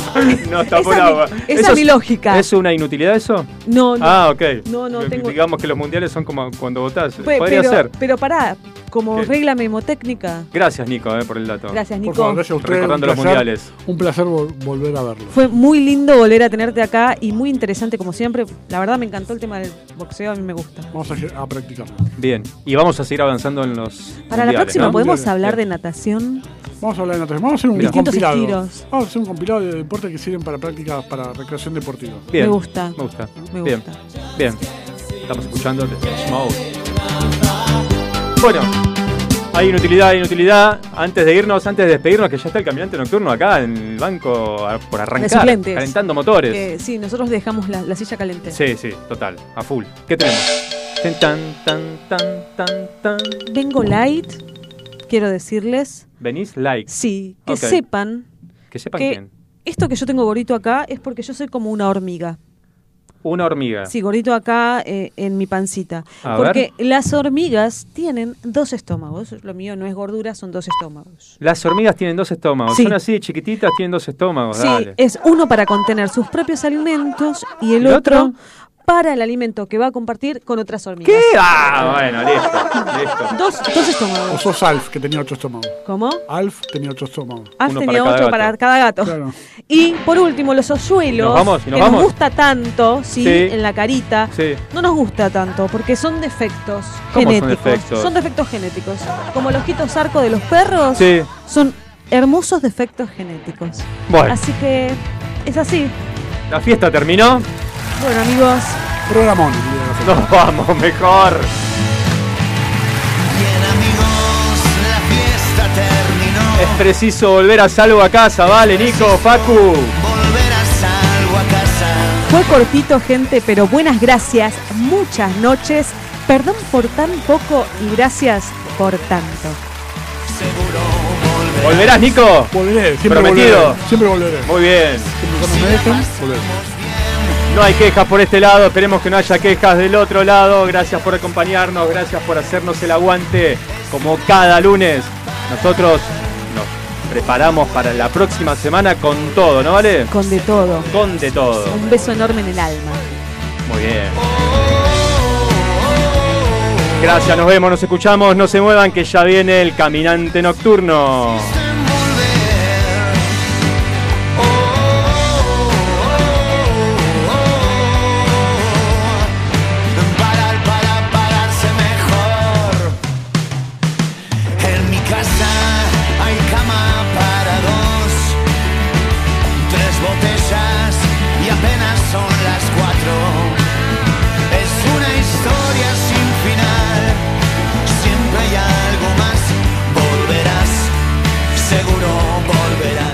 A: No, está por
B: es mi-
A: agua.
B: esa
A: Eso
B: es mi lógica.
A: ¿Es una inutilidad eso?
B: No, no.
A: Ah, ok.
B: No, no,
A: Lo-
B: tengo-
A: Digamos que los mundiales son como cuando votás.
B: Pe-
A: Podría
B: pero,
A: ser.
B: pero pará, como
A: ¿Qué?
B: regla memotécnica.
A: Gracias, Nico, eh, por el dato.
B: Gracias,
E: Por
B: Nico.
E: favor, gracias a ustedes.
A: Recordando
E: un
A: los
E: placer-
A: mundiales.
E: Un placer vol- volver a verlo.
B: Fue muy lindo volver a tenerte acá y muy interesante como siempre. La verdad me encantó el tema del boxeo, a mí me gusta.
E: Vamos a, a practicarlo.
A: Bien. Y vamos a seguir avanzando en los.
B: Para
A: mundiales,
B: la próxima
A: ¿no?
B: podemos
E: Mundiales,
B: hablar de natación.
E: Vamos a hablar en otra. Vamos a hacer un
B: Distintos
E: compilado.
B: estilos.
E: Vamos a hacer un compilado de deportes que sirven para prácticas para recreación deportiva.
A: Bien.
B: Me gusta.
A: Me gusta.
B: Me
A: Bien.
B: gusta.
A: Bien. Estamos escuchando The Depeche Mode. Bueno, hay inutilidad, hay inutilidad. Antes de irnos, antes de despedirnos, que ya está el caminante nocturno acá en el banco a- por arrancar,
B: suplentes.
A: calentando motores.
B: Eh, sí, nosotros dejamos la, la silla caliente.
A: Sí, sí, total, a full. ¿Qué tenemos? Tin, Tan, tan, tan, tan, tan.
B: Vengo light, quiero decirles,
A: Venís like.
B: sí, que
A: Ok.
B: sepan,
A: Que sepan
B: ¿Qué?
A: quién.
B: esto que yo tengo gordito acá es porque yo soy como una hormiga.
A: Una hormiga.
B: Sí, gordito acá eh, en mi pancita.
A: A
B: Porque las hormigas tienen dos estómagos. Lo mío no es gordura, son dos estómagos.
A: Las hormigas tienen dos estómagos.
B: Sí.
A: Son así, chiquititas, tienen dos estómagos.
B: Sí,
A: Dale.
B: es uno para contener sus propios alimentos y el
A: ¿El
B: otro,
A: otro?
B: para el alimento que va a compartir con otras
A: ¿Qué?
B: hormigas.
A: Ah, bueno, listo. listo.
B: Dos, dos
E: O
B: estómagos.
E: sos Alf, que tenía ocho estómagos.
B: ¿Cómo?
E: Alf tenía ocho estómagos.
B: Ah,
A: Uno
B: tenía
A: para cada
B: otro
A: gato.
B: para cada gato.
E: Claro.
B: Y por último, los hoyuelos,
A: Nos vamos, y nos
B: que
A: vamos.
B: nos gusta tanto, ¿sí?
A: Sí.
B: en la carita,
A: Sí.
B: no nos gusta tanto porque son defectos
A: ¿Cómo son
B: genéticos.
A: defectos?
B: Son defectos genéticos. Como los quitos arco de los perros,
A: Sí.
B: son hermosos defectos genéticos.
A: Bueno,
B: Así que es así.
A: la fiesta terminó.
B: Bueno, amigos,
E: Programón. el día de la fecha.
A: Nos vamos mejor. Es preciso volver a salvo a casa, vale, Nico, Facu.
B: fue cortito, gente, pero buenas gracias. Muchas noches. Perdón por tan poco y gracias por tanto.
A: ¿Volverás, Nico?
E: Volveré, siempre
A: Prometido.
E: volveré. Siempre volveré.
A: Muy bien.
E: Siempre cuando me dejen, volveré.
A: No hay quejas por este lado, esperemos que no haya quejas del otro lado. Gracias por acompañarnos, gracias por hacernos el aguante como cada lunes. Nosotros nos preparamos para la próxima semana con todo, ¿no vale?
B: Con de todo.
A: Con de todo.
B: Un beso enorme en el alma.
A: Muy bien. Gracias, nos vemos, nos escuchamos, no se muevan que ya viene el caminante nocturno.
C: Parar, para pararse mejor. En mi casa hay cama para dos, tres botellas y apenas son las cuatro. Es una historia sin final, siempre hay algo más. Volverás, seguro volverás.